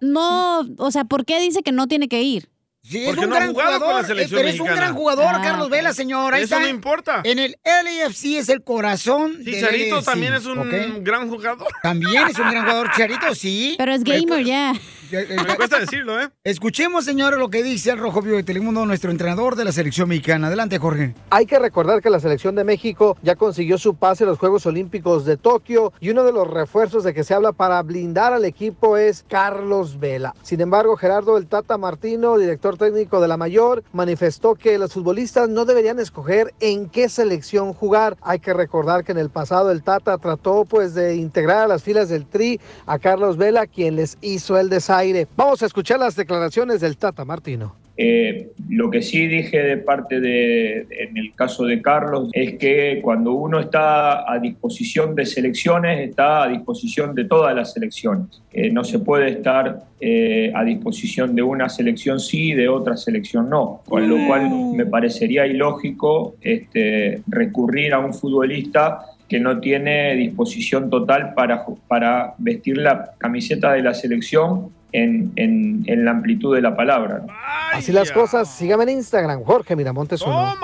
No, o sea, ¿por qué dice que no tiene que ir? Sí, Porque no ha jugado con la selección eh, pero es un mexicana. gran jugador, Ah, Carlos ok. Vela, señor. Ahí Eso está. no importa. En el LAFC es el corazón. del Chicharito LAFC, también es un ¿ok? gran jugador. También es un gran jugador, Chicharito, sí. pues, Pero es gamer ya. Me cuesta decirlo, ¿eh? Escuchemos, señores, lo que dice el Rojo Vivo de Telemundo, nuestro entrenador de la selección mexicana. Adelante, Jorge. Hay que recordar que la selección de México ya consiguió su pase a los Juegos Olímpicos de Tokio y uno de los refuerzos de que se habla para blindar al equipo es Carlos Vela. Sin embargo, Gerardo el Tata Martino, director técnico de la Mayor, manifestó que los futbolistas no deberían escoger en qué selección jugar. Hay que recordar que en el pasado el Tata trató pues de integrar a las filas del Tri a Carlos Vela, quien les hizo el desaire. Vamos a escuchar las declaraciones del Tata Martino. Eh, lo que sí dije de parte de, en el caso de Carlos, es que cuando uno está a disposición de selecciones, está a disposición de todas las selecciones. Eh, no se puede estar eh, a disposición de una selección sí y de otra selección no. Con lo cual me parecería ilógico este, recurrir a un futbolista que no tiene disposición total para, ju- para vestir la camiseta de la selección en, en- en la amplitud de la palabra. ¿no? Así las cosas, síganme en Instagram, Jorge Miramontes uno. No,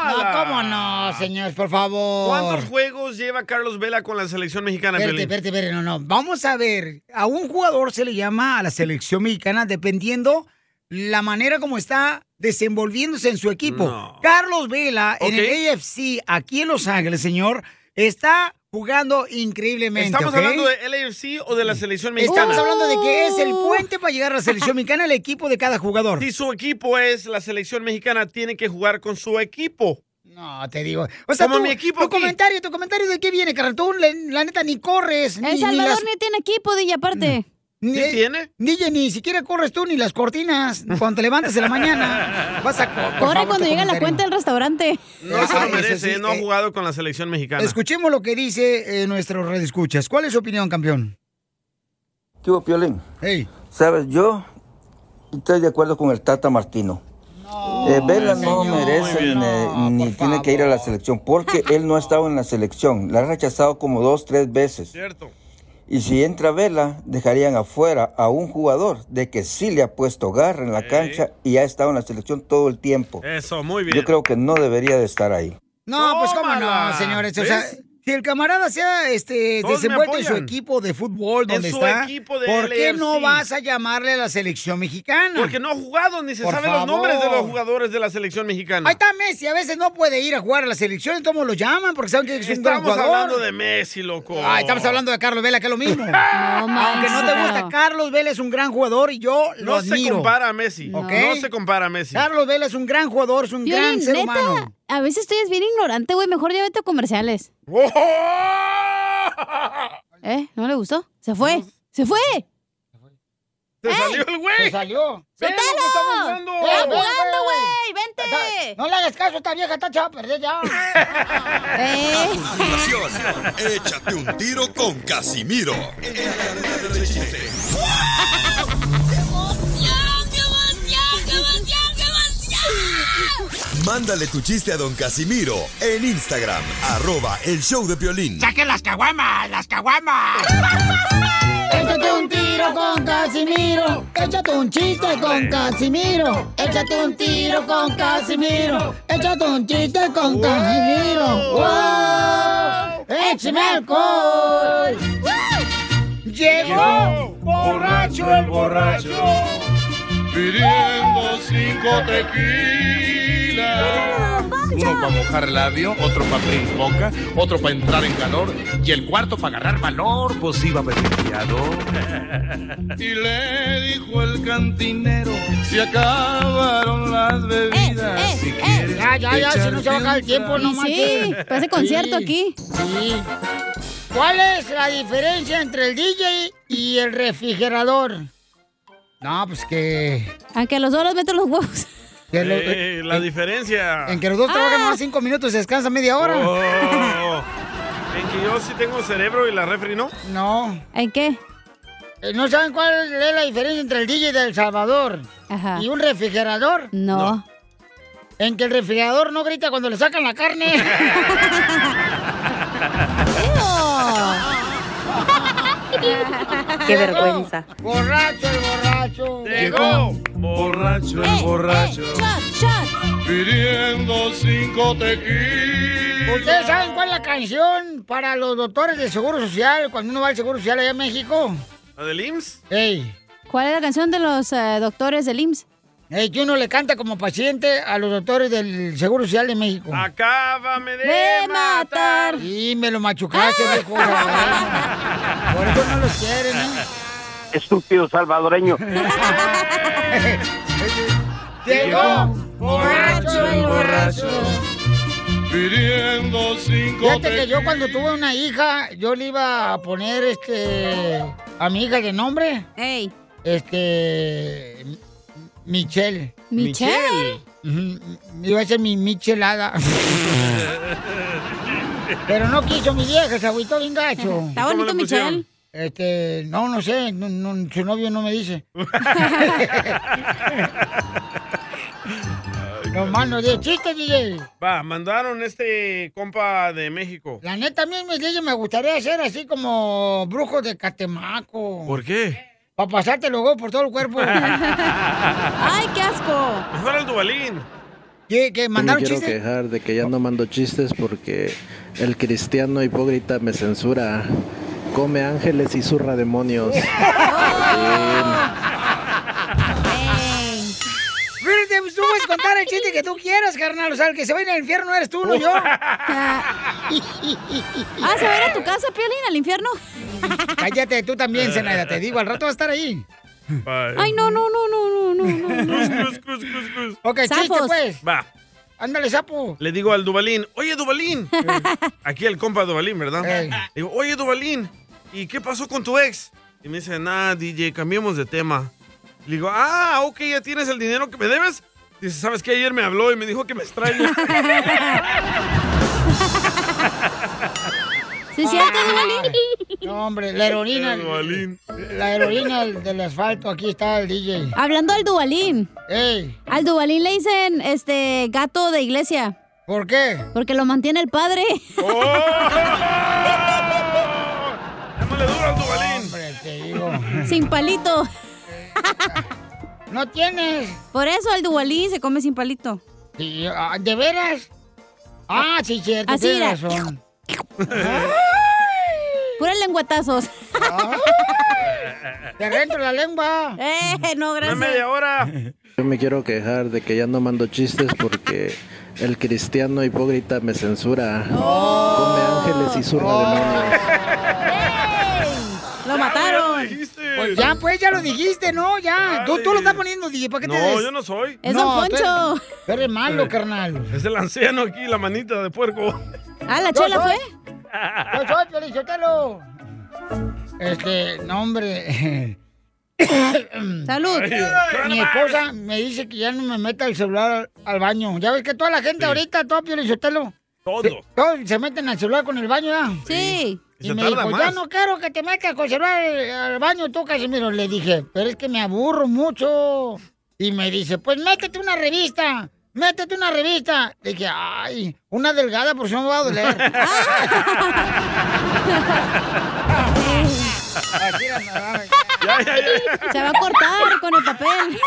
cómo no, señores, por favor. ¿Cuántos juegos lleva Carlos Vela con la selección mexicana? Espérate, Piolín? espérate, espérate, no, no. Vamos a ver. A un jugador se le llama a la selección mexicana dependiendo la manera como está desenvolviéndose en su equipo. No. Carlos Vela en Ok. el AFC, aquí en Los Ángeles, señor, está jugando increíblemente. ¿Estamos ¿ok? hablando de Uh. LAFC o de la selección mexicana? Estamos hablando de que es el puente para llegar a la selección mexicana, el equipo de cada jugador. Si su equipo es la selección mexicana, tiene que jugar con su equipo. No, te digo. O sea, Como tú- mi equipo tu aquí. comentario, tu comentario de qué viene, carnal. Tú, la, la neta, ni corres. El Salvador ni tiene equipo, DJ, aparte. Mm. ¿Qué tiene? DJ, ni siquiera corres tú ni las cortinas. Cuando te levantes de la mañana, vas a co- por Corre favor, cuando tu llega la comentario. cuenta del restaurante. No se Ah, lo eso merece, sí, no ha eh. jugado con la selección mexicana. Escuchemos lo que dice eh, nuestro red escuchas. ¿Cuál es su opinión, campeón? ¿Qué hubo, Piolín? Sabes, yo estoy de acuerdo con el Tata Martino. Eh, Vela no merece eh, ni tiene que ir a la selección porque él no ha estado en la selección. La ha rechazado como dos, tres veces. Cierto. Y si entra Vela, dejarían afuera a un jugador de que sí le ha puesto garra en la cancha y ha estado en la selección todo el tiempo. Eso, muy bien. Yo creo que no debería de estar ahí. No, pues cómo no, Tómala. señores. O sea, ¿Ves? si el camarada sea este Todos me desenvuelto en su apoyan. equipo de fútbol En donde su está, equipo de ¿por qué no LAFC? vas a llamarle a la selección mexicana? Porque no ha jugado ni se Por saben los nombres de los favor. jugadores de la selección mexicana. Ahí está Messi, a veces no puede ir a jugar a la selección, entonces lo llaman porque saben que es un gran Estamos jugador. hablando de Messi, loco. Ah, estamos hablando de Carlos Vela, que es lo mismo. Aunque no te manches. gusta, Carlos Vela es un gran jugador y yo lo No se admiro. compara a Messi. ¿Ok? No se compara a Messi. Carlos Vela es un gran jugador, es un Piolín, gran ser neta, humano. a veces tú eres bien ignorante, güey. Mejor ya vete a comerciales. ¡Oh! ¿Eh? ¿No le gustó? ¿Se fue? ¿Se fue? ¡Se salió el güey! ¡Se salió! ¡Sotelo! estamos jugando! ¡Eh, ven, jugando, güey! ¡Vente! No le hagas caso, esta vieja está echada a perder ya. ¡Eh! Continuación, échate un tiro con Casimiro. Mándale tu chiste a don Casimiro en Instagram, arroba el show de Piolín. ¡Saque las caguamas! ¡Las caguamas! Échate un tiro con Casimiro. Échate un chiste con Casimiro. Échate un tiro con Casimiro. Échate un chiste con Casimiro. ¡Wow! ¡Échame alcohol! Llegó borracho el borracho. Pidiendo cinco tequilas. Uno para mojar labio, otro para abrir boca, otro para entrar en calor y el cuarto para agarrar valor, pues iba beneficiado. Y le dijo el cantinero, se acabaron las bebidas. si quieres Ya, ya, ya, si no se va echarte a acabar el un tiempo, no trago". manches. parece concierto Sí, aquí. Sí. ¿Cuál es la diferencia entre el DJ y el refrigerador? No, pues que. Aunque los dos los meten los huevos. que lo- Eh, la diferencia. En que los dos Ah, Ah. trabajan más cinco minutos y descansan media hora. Oh, en que yo sí tengo cerebro y la refri no. No. Eh, ¿En qué? ¿No saben cuál es la diferencia entre el DJ de El Salvador y un refrigerador? No. En que el refrigerador no grita cuando le sacan la carne. ¡Qué vergüenza! Borracho el borracho. Llegó borracho el borracho, pidiendo cinco tequilas. ¿Ustedes saben cuál es la canción para los doctores del Seguro Social cuando uno va al Seguro Social allá en México? ¿La del IMSS? Ey. ¿Cuál es la canción de los eh, doctores del IMSS? Ey, que uno le canta como paciente a los doctores del Seguro Social de México. Acábame de, De matar. Y me lo machucaste, viejo. Por eso no los quieren, ¿eh? Estúpido salvadoreño. Llegó borracho el borracho. Pidiendo cinco Fíjate que tequilas. yo cuando tuve una hija, yo le iba a poner este a mi hija de nombre. Este M- Michelle. ¿Michelle? Ujú, Iba a ser mi Michelada. Pero no quiso mi vieja, se agüitó bien gacho. Está bonito, ¿Cómo le pusieron? Michelle. Este, no, no sé, no- no, su novio no me dice. no más no de chiste, DJ. Va, mandaron este compa de México. La neta, a mí me DJ, me gustaría ser así como brujo de Catemaco. ¿Por qué? Para pasarte luego por todo el cuerpo. ¡Ay, qué asco! Mejor el Dubalín. ¿Qué, qué? Yo me ¿Mandaron quiero chistes? quejar de que ya no mando chistes porque el cristiano hipócrita me censura. Come ángeles y zurra demonios. Pero te subes pues, contar el chiste que tú quieras, carnal. O sea, el que se va a ir al infierno eres tú, no yo. Ah, ¿se va a ir a tu casa, Piolín, al infierno? Cállate, tú también, Zenaida, te digo, al rato va a estar ahí. Ay, no, no, no, no, no, no, no. Ok, chiste, Sapos. pues. Va. Ándale, sapo. Le digo al Dubalín, oye Dubalín. Aquí el compa Dubalín, ¿verdad? Le Digo, oye Dubalín, ¿y qué pasó con tu ex? Y me dice, nada, DJ, cambiemos de tema. Le digo, ah, ok, ya tienes el dinero que me debes. Dice, ¿sabes qué? Ayer me habló y me dijo que me extraña. ¿Sí es cierto, Duvalín? No, hombre, la heroína. El Duvalín. La heroína del asfalto, aquí está el DJ. Hablando al Dubalín. Ey. Al Dubalín le dicen este gato de iglesia. ¿Por qué? Porque lo mantiene el padre. Hombre, te digo. sin palito. No tienes. Por eso el Dubalín se come sin palito. Sí, ah, ¿De veras? Ah, sí, cierto, Así tienes era. razón. Puros lenguatazos. Te rento Ah, la lengua. Eh, no, gracias. hora. Yo me quiero quejar de que ya no mando chistes porque el cristiano hipócrita me censura. Come ángeles y zurra Oh. demonios. Lo mataron. Pues ya, pues, ya lo dijiste, ¿no? Ya. Tú, tú lo estás poniendo, DJ. ¿Para qué te No, des- yo no soy. Es Don No, tú eres- Poncho. tú eres malo, carnal. Eh, Es el anciano aquí, la manita de puerco. Ah, la Yo chela soy. fue. Yo soy Piolín Sotelo. Este, no, hombre. Salud. Ay, Mi esposa me dice que ya no me meta el celular al, al baño. Ya ves que toda la gente ahorita, todo Piolín Sotelo. Todos. Todos se meten al celular con el baño, ¿ya? Sí. Y Se me tarda dijo, más. ya no quiero que te metas con el celular al, al baño tú, Casimiro. Le dije, pero es que me aburro mucho. Y me dice, pues métete una revista. Métete una revista. Le dije, ay, una delgada por si no me va a doler. Se va a cortar con el papel.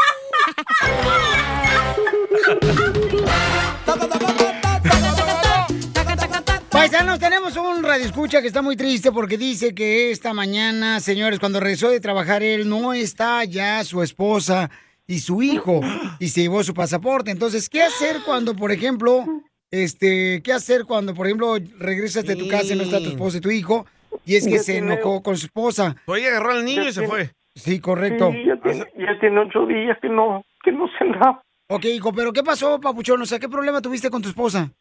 Paisanos, tenemos un radioescucha que está muy triste porque dice que esta mañana, señores, cuando regresó de trabajar él, no está ya su esposa y su hijo y se llevó su pasaporte. Entonces, ¿qué hacer cuando, por ejemplo, este, qué hacer cuando, por ejemplo, regresas de tu casa y no está tu esposa y tu hijo? Y es que Yo se creo- enojó con su esposa. Oye, agarró al niño y se fue. Sí, correcto. Sí, ya tiene, ya tiene ocho días que no, que no se nada. Ok, hijo, pero ¿qué pasó, papuchón? O sea, ¿qué problema tuviste con tu esposa?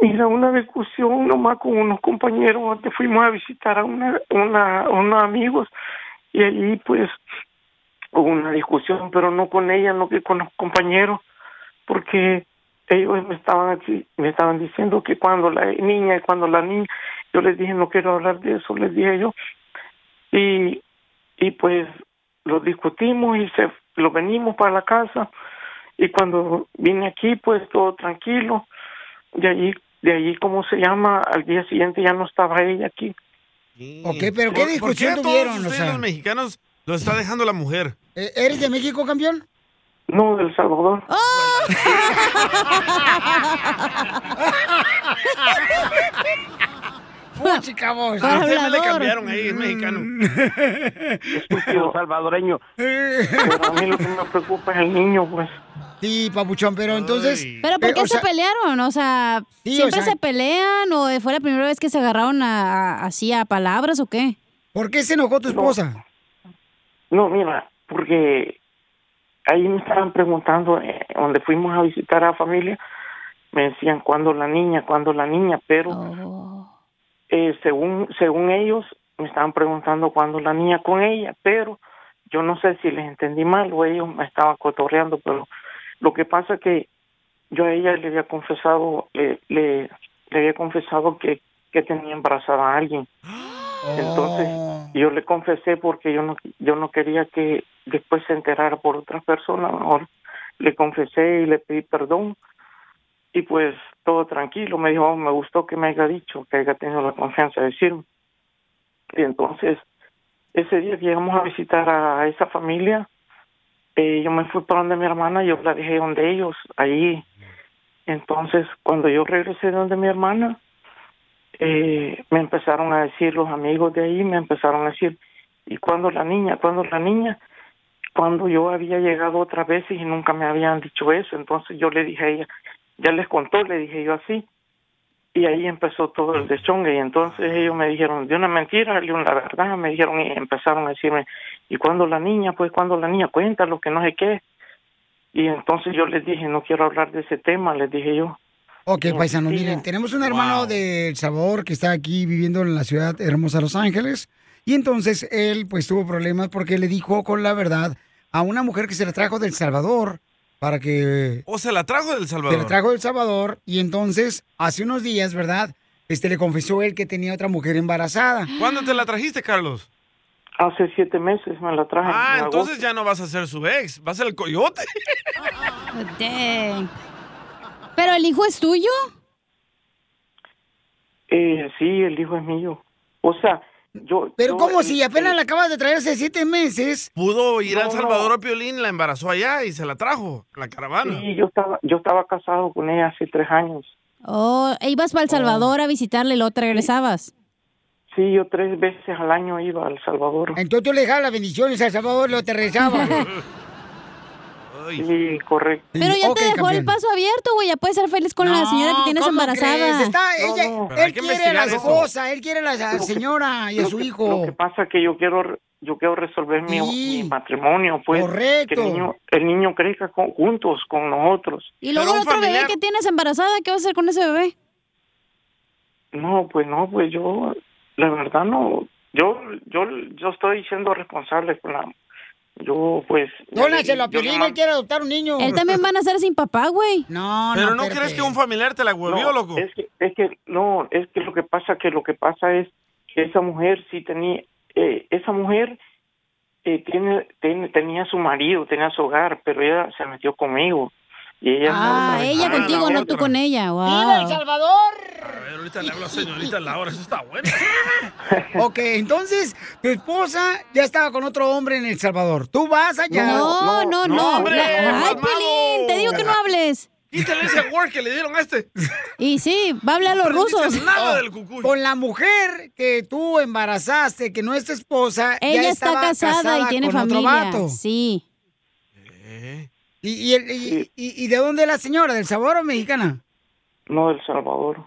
Mira, una discusión nomás con unos compañeros antes fuimos a visitar a una, una, unos amigos y allí pues hubo una discusión, pero no con ella, no que con los compañeros, porque ellos me estaban aquí- me estaban diciendo que cuando la niña y cuando la niña, yo les dije no quiero hablar de eso, les dije yo y y pues lo discutimos y se lo venimos para la casa y cuando vine aquí pues todo tranquilo de allí, de allí, ¿cómo se llama? Al día siguiente ya no estaba ella aquí. Ok, pero ¿qué ¿Por- discusión ¿Por qué a tuvieron? Todos O ustedes, sea. los mexicanos lo está dejando la mujer. Eh, ¿Eres de México, campeón? No, del Salvador. ¡Oh! Puchi, cabrón. A usted me le cambiaron ahí, es mexicano. Mm. Estúpido salvadoreño. Pero a mí lo que me preocupa es el niño, pues. Sí, papuchón, pero entonces... ¿Pero por eh, qué o se sea, pelearon? O sea, Sí, ¿siempre o sea- se pelean o fue la primera vez que se agarraron a- a- así a palabras o qué? ¿Por qué se enojó tu esposa? No, mira, porque ahí me estaban preguntando, eh, donde fuimos a visitar a la familia, me decían, ¿cuándo la niña? ¿Cuándo la niña? Pero eh, según, según ellos, me estaban preguntando cuándo la niña con ella, pero yo no sé si les entendí mal o ellos me estaban cotorreando, pero lo que pasa es que yo a ella le había confesado, le, le, le había confesado que, que tenía embarazada a alguien. Entonces, yo le confesé porque yo no, yo no quería que después se enterara por otra persona. Mejor le confesé y le pedí perdón. Y pues todo tranquilo. Me dijo, "Oh, me gustó que me haya dicho, que haya tenido la confianza de decirme. Y entonces, ese día que llegamos a visitar a esa familia, eh, yo me fui para donde mi hermana, yo la dejé donde ellos, ahí. Entonces, cuando yo regresé donde mi hermana, eh, me empezaron a decir los amigos de ahí, me empezaron a decir, ¿y cuándo la niña? ¿Cuándo la niña? cuando yo había llegado otra vez y nunca me habían dicho eso. Entonces yo le dije a ella, ya les contó, le dije yo así. Y ahí empezó todo el deschongue. Y entonces ellos me dijeron, de una mentira, de una verdad, me dijeron y empezaron a decirme, ¿y cuándo la niña? Pues cuando la niña cuenta lo que no sé qué. Y entonces yo les dije, no quiero hablar de ese tema, les dije yo. Ok, paisanos, miren, tenemos un hermano de El Salvador que está aquí viviendo en la ciudad hermosa Los Ángeles. Y entonces él, pues, tuvo problemas porque le dijo con la verdad a una mujer que se la trajo del Salvador para que O se la trajo del se Salvador. la trajo del Salvador. Y entonces, hace unos días, ¿verdad? Este le confesó él que tenía otra mujer embarazada. ¿Cuándo te la trajiste, Carlos? Hace siete meses me la traje. Ah, en agosto. entonces ya no vas a ser su ex, vas a ser el coyote. Dang. Pues, ¿Pero el hijo es tuyo? Eh, sí, el hijo es mío. O sea, yo... Pero yo, como eh, si apenas la acabas de traer hace siete meses. Pudo ir al No, Salvador a Piolín, la embarazó allá y se la trajo, la caravana. Sí, yo estaba, yo estaba casado con ella hace tres años. Oh, e ibas para El Salvador a visitarle y luego te regresabas. Sí, yo tres veces al año iba al Salvador. Entonces tú le dejabas las bendiciones al Salvador, lo te rezabas. Sí, correcto. Pero ya te dejó el paso abierto, güey. Ya puedes ser feliz con la señora que tienes ¿cómo embarazada. crees? Está- ella- Pero hay él quiere a que la investigar eso. esposa, él quiere a la Lo que- señora y a Lo su que- hijo. Lo que pasa es que yo quiero re- yo quiero resolver mi, Sí. mi matrimonio, pues. Correcto. Que el niño, el niño crezca con- juntos con nosotros. Y luego el otro bebé que tienes embarazada, ¿qué vas a hacer con ese bebé? No, pues no, pues yo, la verdad no, yo, yo, yo estoy siendo responsable con la, yo pues. Dónaselo a yo Piolín, nomás- él quiere adoptar un niño. Él también van a ser sin papá, güey. No, Pero no, crees que un familiar te la huevió, No, loco. Es que, es que no, es que lo que pasa que lo que pasa es que esa mujer sí tenía, eh, esa mujer eh, tiene, ten- tenía su marido, tenía su hogar, pero ella se metió conmigo y ella. Ah, ella contigo, no tú con ella. Wow. ¡Viva El Salvador! A ver, ahorita le hablo a señorita Laura, eso está bueno. Ok, entonces tu esposa ya estaba con otro hombre en El Salvador. Tú vas allá. No, no, no. La- Ay, Pelín, te digo que no hables. Quítale ese work que le dieron a este. Y sí, va a hablar a los rusos. nada del Con la mujer que tú embarazaste, que no es tu esposa, ya Ella está estaba casada y tiene con otro familia, vato. Sí. ¿Y, y el- y- y- y de dónde es la señora? ¿Del sabor o mexicana? No, El Salvador.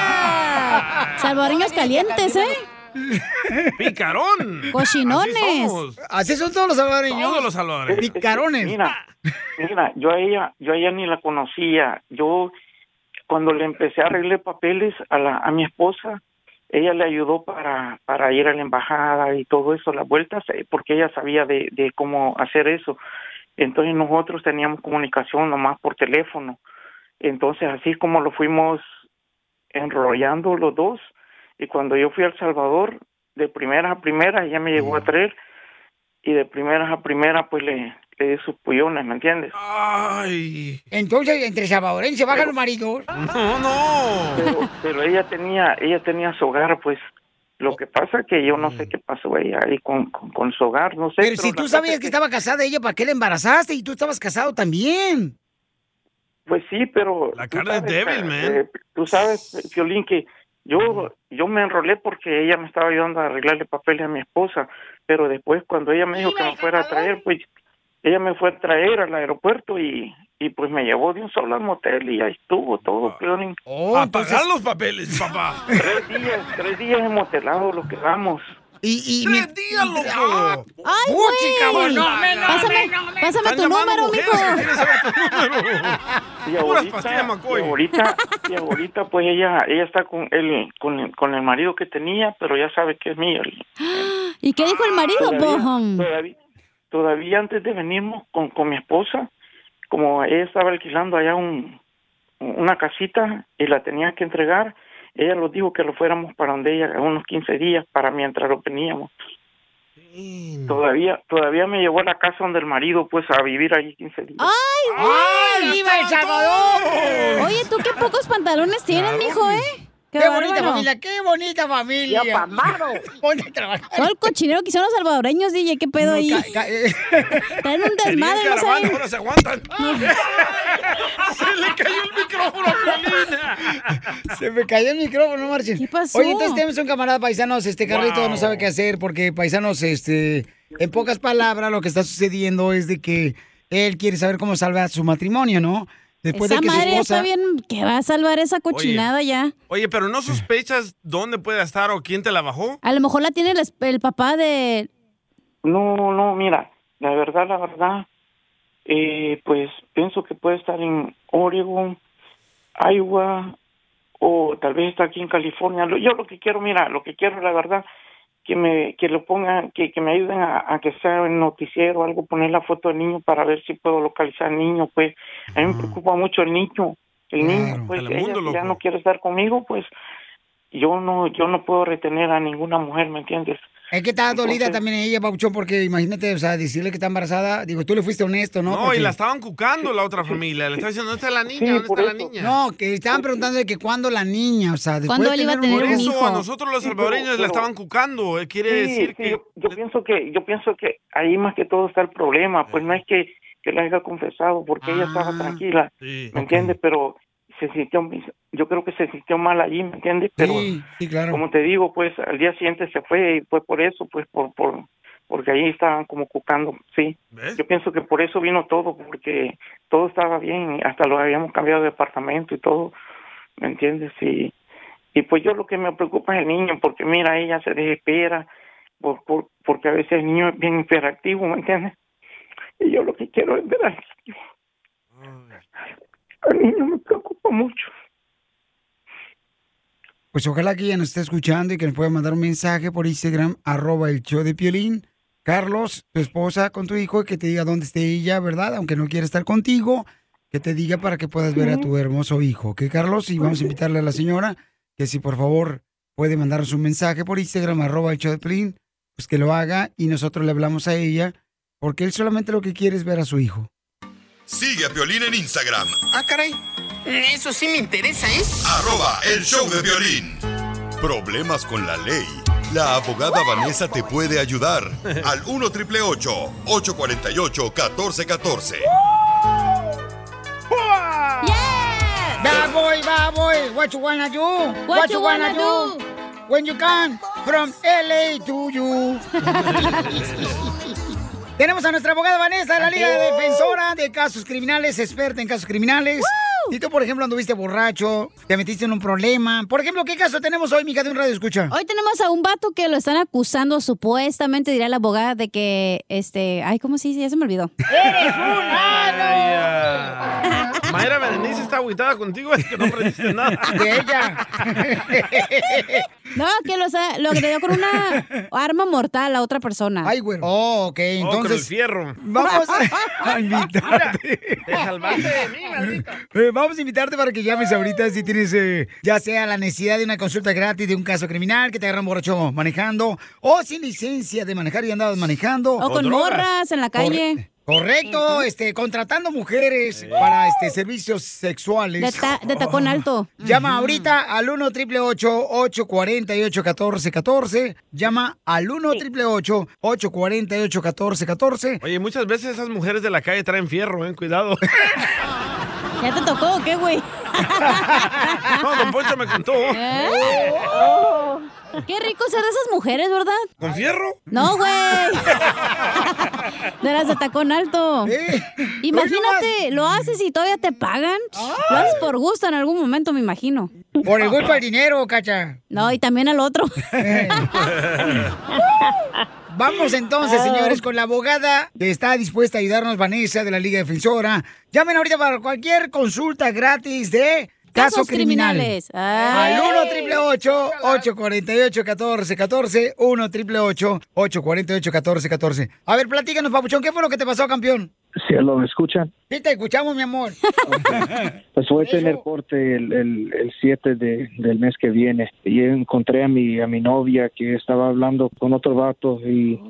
¡Vaya! Salvadoreños calientes, ¿eh? ¡Picarón! Cochinones. Así somos. Así son todos los salvadoreños. Todos los salvadoreños. Picarones. Mira, mira, yo a ella, yo a ella ni la conocía. Yo cuando le empecé a arreglar papeles a la, a mi esposa, ella le ayudó para, para ir a la embajada y todo eso, las vueltas, eh, porque ella sabía de, de cómo hacer eso. Entonces nosotros teníamos comunicación nomás por teléfono. Entonces así como lo fuimos enrollando los dos, y cuando yo fui a El Salvador, de primeras a primeras, ella me llegó a traer, y de primeras a primeras, pues le, le di sus pullones, ¿me entiendes? Ay. Entonces, entre salvadoreños se bajan los maridos. No, no. Pero, pero ella tenía, ella tenía su hogar, pues. Lo que pasa que yo no sé qué pasó ella ahí con, con, con su hogar, no sé. Pero si la tú cosa sabías es que estaba casada ella, ¿para qué la embarazaste? Y tú estabas casado también. Pues sí, pero... La carne es débil, man. eh, tú sabes, Fiolín, que yo, yo me enrolé porque ella me estaba ayudando a arreglarle papeles a mi esposa, pero después cuando ella me dijo que me fuera a traer, pues ella me fue a traer al aeropuerto y, y pues me llevó de un solo al motel y ahí estuvo todo, Fiolín. Ah. a Pues pagar los papeles, papá. Tres días, tres días en motelado lo quedamos. Y, Ah, Tres días, loco. ¡Ay, Uy, güey! cabrón, no, me, no, pásame, me, no, me. pásame Están tu llamando número, mujeres mijo. que quieren saber tu número. Y Puras ahorita, pastillas Macoy. y ahorita, y ahorita, pues ella, ella está con el, con el, con el marido que tenía, pero ya sabe que es mío. ¿Y qué dijo el marido, Bohom? todavía, todavía antes de venirnos con, con mi esposa, como ella estaba alquilando allá un, una casita y la tenía que entregar, ella nos dijo que lo fuéramos para donde ella, en unos 15 días, para mientras lo veníamos. Todavía, todavía me llevó a la casa donde el marido, pues, a vivir ahí 15 días. ¡Ay, güey! ¡Viva El Salvador! Oye, tú qué pocos pantalones tienes, mijo, ¿eh? Qué, bonita bárbaro. familia, qué bonita familia. Yo pa' mano. Ponte a trabajar. Todo el cochinero que hicieron los salvadoreños, DJ, qué pedo ahí. eh. Traen un desmadre, no saben. ahora se aguantan. se le cayó el micrófono a Piolín. Se me cayó el micrófono, no marchen. ¿Qué pasó? Oye, entonces tenemos un camarada paisanos, este Carlito Wow. no sabe qué hacer porque paisanos, este, en pocas palabras lo que está sucediendo es de que él quiere saber cómo salvar su matrimonio, ¿no? Después esa de que madre su esposa... está bien que va a salvar esa cochinada ya. Oye, pero ¿no sospechas dónde puede estar o quién te la bajó? A lo mejor la tiene el, es- el papá de... No, no, mira, la verdad, la verdad, eh, pues pienso que puede estar en Oregon, Iowa, o tal vez está aquí en California. Lo- Yo lo que quiero, mira, lo que quiero, la verdad, que me que lo pongan, que, que me ayuden a, a que sea en noticiero o algo, poner la foto del niño para ver si puedo localizar al niño, pues. A mí me preocupa mucho el niño, el niño, pues, ella Telemundo, si ya loco. no quiere estar conmigo, pues, yo no, yo no puedo retener a ninguna mujer, ¿me entiendes? Es que está dolida Entonces- también ella, Pauchón, porque imagínate, o sea, decirle que está embarazada, digo, tú le fuiste honesto, ¿no? No, Porque- y la estaban cucando la otra familia. Le estaban diciendo, ¿dónde está la niña? ¿Dónde está la niña? No, que estaban preguntando de que cuándo la niña, o sea, después de Por un eso hijo. a nosotros los Sí, pero- salvadoreños la pero- estaban cucando. eh, Quiere Sí, decir sí, que... yo, yo pienso que yo pienso que ahí más que todo está el problema Eh. pues no es que que la haya confesado porque ella Ah. estaba tranquila me entiendes pero se sintió yo creo que se sintió mal allí me entiendes pero como te digo pues al día siguiente se fue y fue por eso pues por por porque ahí estaban como cucando sí yo pienso que por eso vino todo porque todo estaba bien hasta lo habíamos cambiado de departamento y todo me entiendes y y pues yo lo que me preocupa es el niño porque mira ella se desespera por, por- porque a veces el niño es bien hiperactivo, ¿me entiendes? Y yo lo que quiero es ver al niño. Al niño me preocupa mucho. Pues ojalá que ella nos esté escuchando y que nos pueda mandar un mensaje por Instagram, arroba el show de Piolín. Carlos, tu esposa con tu hijo, que te diga dónde esté ella, ¿verdad? Aunque no quiera estar contigo, que te diga para que puedas ver a tu hermoso hijo. ¿Ok, Carlos? Y vamos a invitarle a la señora que si por favor puede mandarnos un mensaje por Instagram, arroba el show de Piolín, pues que lo haga y nosotros le hablamos a ella, porque él solamente lo que quiere es ver a su hijo. Sigue a Piolín en Instagram, Ah, caray. Eso sí me interesa, ¿eh? ¿es? arroba el show de Piolín. Problemas con la ley. La abogada Vanessa te puede ayudar al 1 triple 848 1414. Bad boy, bad boy, what you wanna do? What, you wanna When you can, from LA to you. Tenemos a nuestra abogada Vanessa, la Liga Woo. Defensora de Casos Criminales, experta en casos criminales. Si tú, por ejemplo, anduviste borracho, te metiste en un problema. Por ejemplo, ¿qué caso tenemos hoy, mija, de un radio escucha? Hoy tenemos a un vato que lo están acusando, supuestamente, dirá la abogada, de que, este... Ay, ¿cómo se dice? Ya se me olvidó. Eh, Ay, ah. Mayra Berenice está agüitada contigo, es que no aprendiste nada. Oh, De ella. No, que lo, sa- lo agredió con una arma mortal a otra persona. Ay, güey. Oh, ok, Oh, con el entonces... fierro. Vamos a invitarte. Eh, vamos a invitarte para que llames ahorita si tienes eh, ya sea la necesidad de una consulta gratis de un caso criminal que te agarran borracho manejando o sin licencia de manejar y andadas manejando. O con morras en la calle. Corre- correcto, este, contratando mujeres para este, servicios sexuales. De ta- de tacón alto. Llama ahorita al 1 triple 848 1414 Llama al 1 triple 848 1414 Oye, muchas veces esas mujeres de la calle traen fierro, ¿eh? Cuidado. ¿Ya te tocó o qué, güey? No, Don Poncho me contó. ¿Eh? Qué rico ser de esas mujeres, ¿verdad? ¿Con fierro? No, güey. De las de tacón alto. Imagínate, lo haces y todavía te pagan. Lo haces por gusto en algún momento, me imagino. Por el gusto al dinero, cacha. No, y también al otro. Vamos entonces, Ah. señores, con la abogada que está dispuesta a ayudarnos, Vanessa, de la Liga Defensora. Llamen ahorita para cualquier consulta gratis de caso Casos criminal. criminales. Ay. Al 1 triple 848 1414 1 triple 848 1414 A ver, platícanos, papuchón, ¿qué fue lo que te pasó, campeón? Cielo, ¿me escuchan? Sí, te escuchamos, mi amor. Pues voy a tener corte el, el, el 7 de, del mes que viene. Y encontré a mi, a mi novia que estaba hablando con otro vato y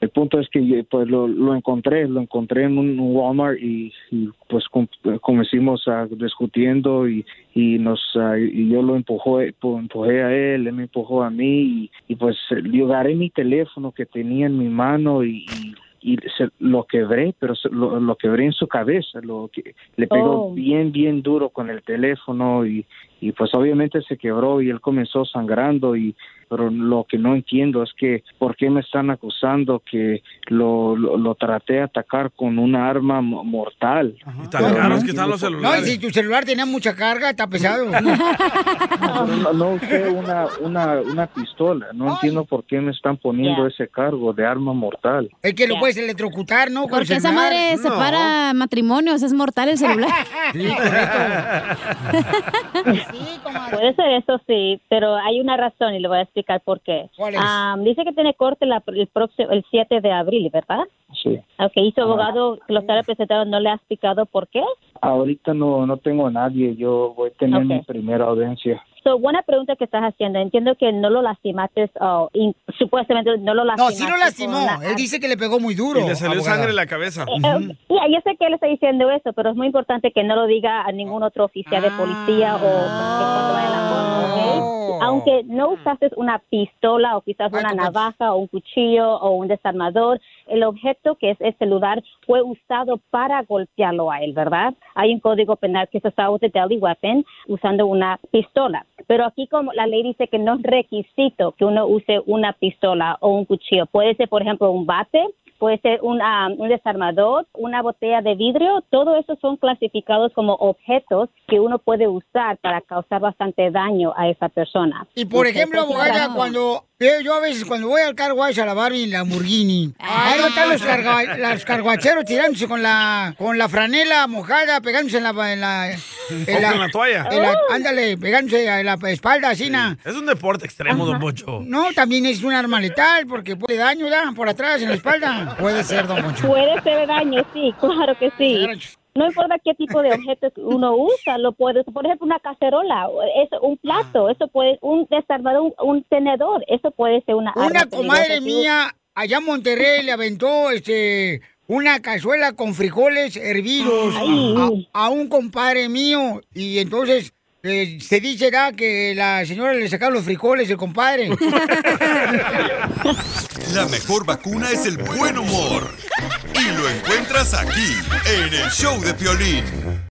El punto es que yo, pues lo, lo encontré, lo encontré en un Walmart y, y, pues com- comencimos a discutiendo y, y nos ah, y yo lo empujé, pues, empujé a él, él me empujó a mí y, y, pues yo agarré mi teléfono que tenía en mi mano y, y- y se- lo quebré, pero se- lo, lo quebré en su cabeza, lo que le pegó Oh. bien, bien duro con el teléfono y, y pues obviamente se quebró y él comenzó sangrando y pero lo que no entiendo es que por qué me están acusando que lo, lo, lo traté de atacar con una arma mo- mortal. tan Pero caros no que están los entiendo No, por- y si tu celular tenía mucha carga, está pesado. No, no, no usé una, una, una pistola. No entiendo por qué me están poniendo ese cargo de arma mortal. Es que lo puedes electrocutar, ¿no? Con el Porque esa celular. madre separa matrimonios, es mortal el celular. Puede ser eso sí, pero hay una razón y le voy a explicar por qué. es? Ah, dice que tiene corte la- el próximo el 7 de abril, ¿verdad? Sí. Ok, y su abogado que lo está representando no le ha explicado por qué. Ahorita no, no tengo a nadie. Yo voy a tener mi primera audiencia. So, buena pregunta que estás haciendo. Entiendo que no lo lastimaste, o in- supuestamente no lo No, lastimaste. sí lo con lastimó. una Él dice que le pegó muy duro. Y le salió abogada. sangre en la cabeza. Eh, eh, ya, yo sé que él está diciendo eso, pero es muy importante que no lo diga a ningún otro oficial de policía o que cuando vaya a la corte, ¿ok? Aunque no usaste una pistola o quizás una navaja o un cuchillo o un desarmador, el objeto que es el celular fue usado para golpearlo a él, ¿verdad? Hay un código penal que es assault with a deadly weapon usando una pistola. Pero aquí como la ley dice que no es requisito que uno use una pistola o un cuchillo. Puede ser, por ejemplo, un bate, puede ser un, ah, un desarmador, una botella de vidrio, todo eso son clasificados como objetos que uno puede usar para causar bastante daño a esa persona. Y por Ok, ejemplo, entonces, abogada, para- cuando veo yo a veces cuando voy al carwash a lavar mi Lamborghini, ahí están los, carga- los carguacheros tirándose con la con la franela mojada, pegándose en la en la, en O con la toalla. en la- ándale, pegándose en la espalda, así na. Es un deporte extremo, don Pocho. No, también es un arma letal porque puede daño, ¿verdad? Por atrás, en la espalda. Puede ser, don Poncho. Puede ser daño, sí, claro que sí. No importa qué tipo de objetos uno usa, lo puede, por ejemplo, una cacerola, o eso, un Ah. plato, eso puede, un desarmador, un, un tenedor, eso puede ser una arma Una comadre peligrosa, sí. mía allá en Monterrey le aventó este una cazuela con frijoles hervidos a, a un compadre mío y entonces eh, se dice ya que la señora le sacaba los frijoles el compadre. La mejor vacuna es el buen humor. Y lo encuentras aquí, en el show de Piolín.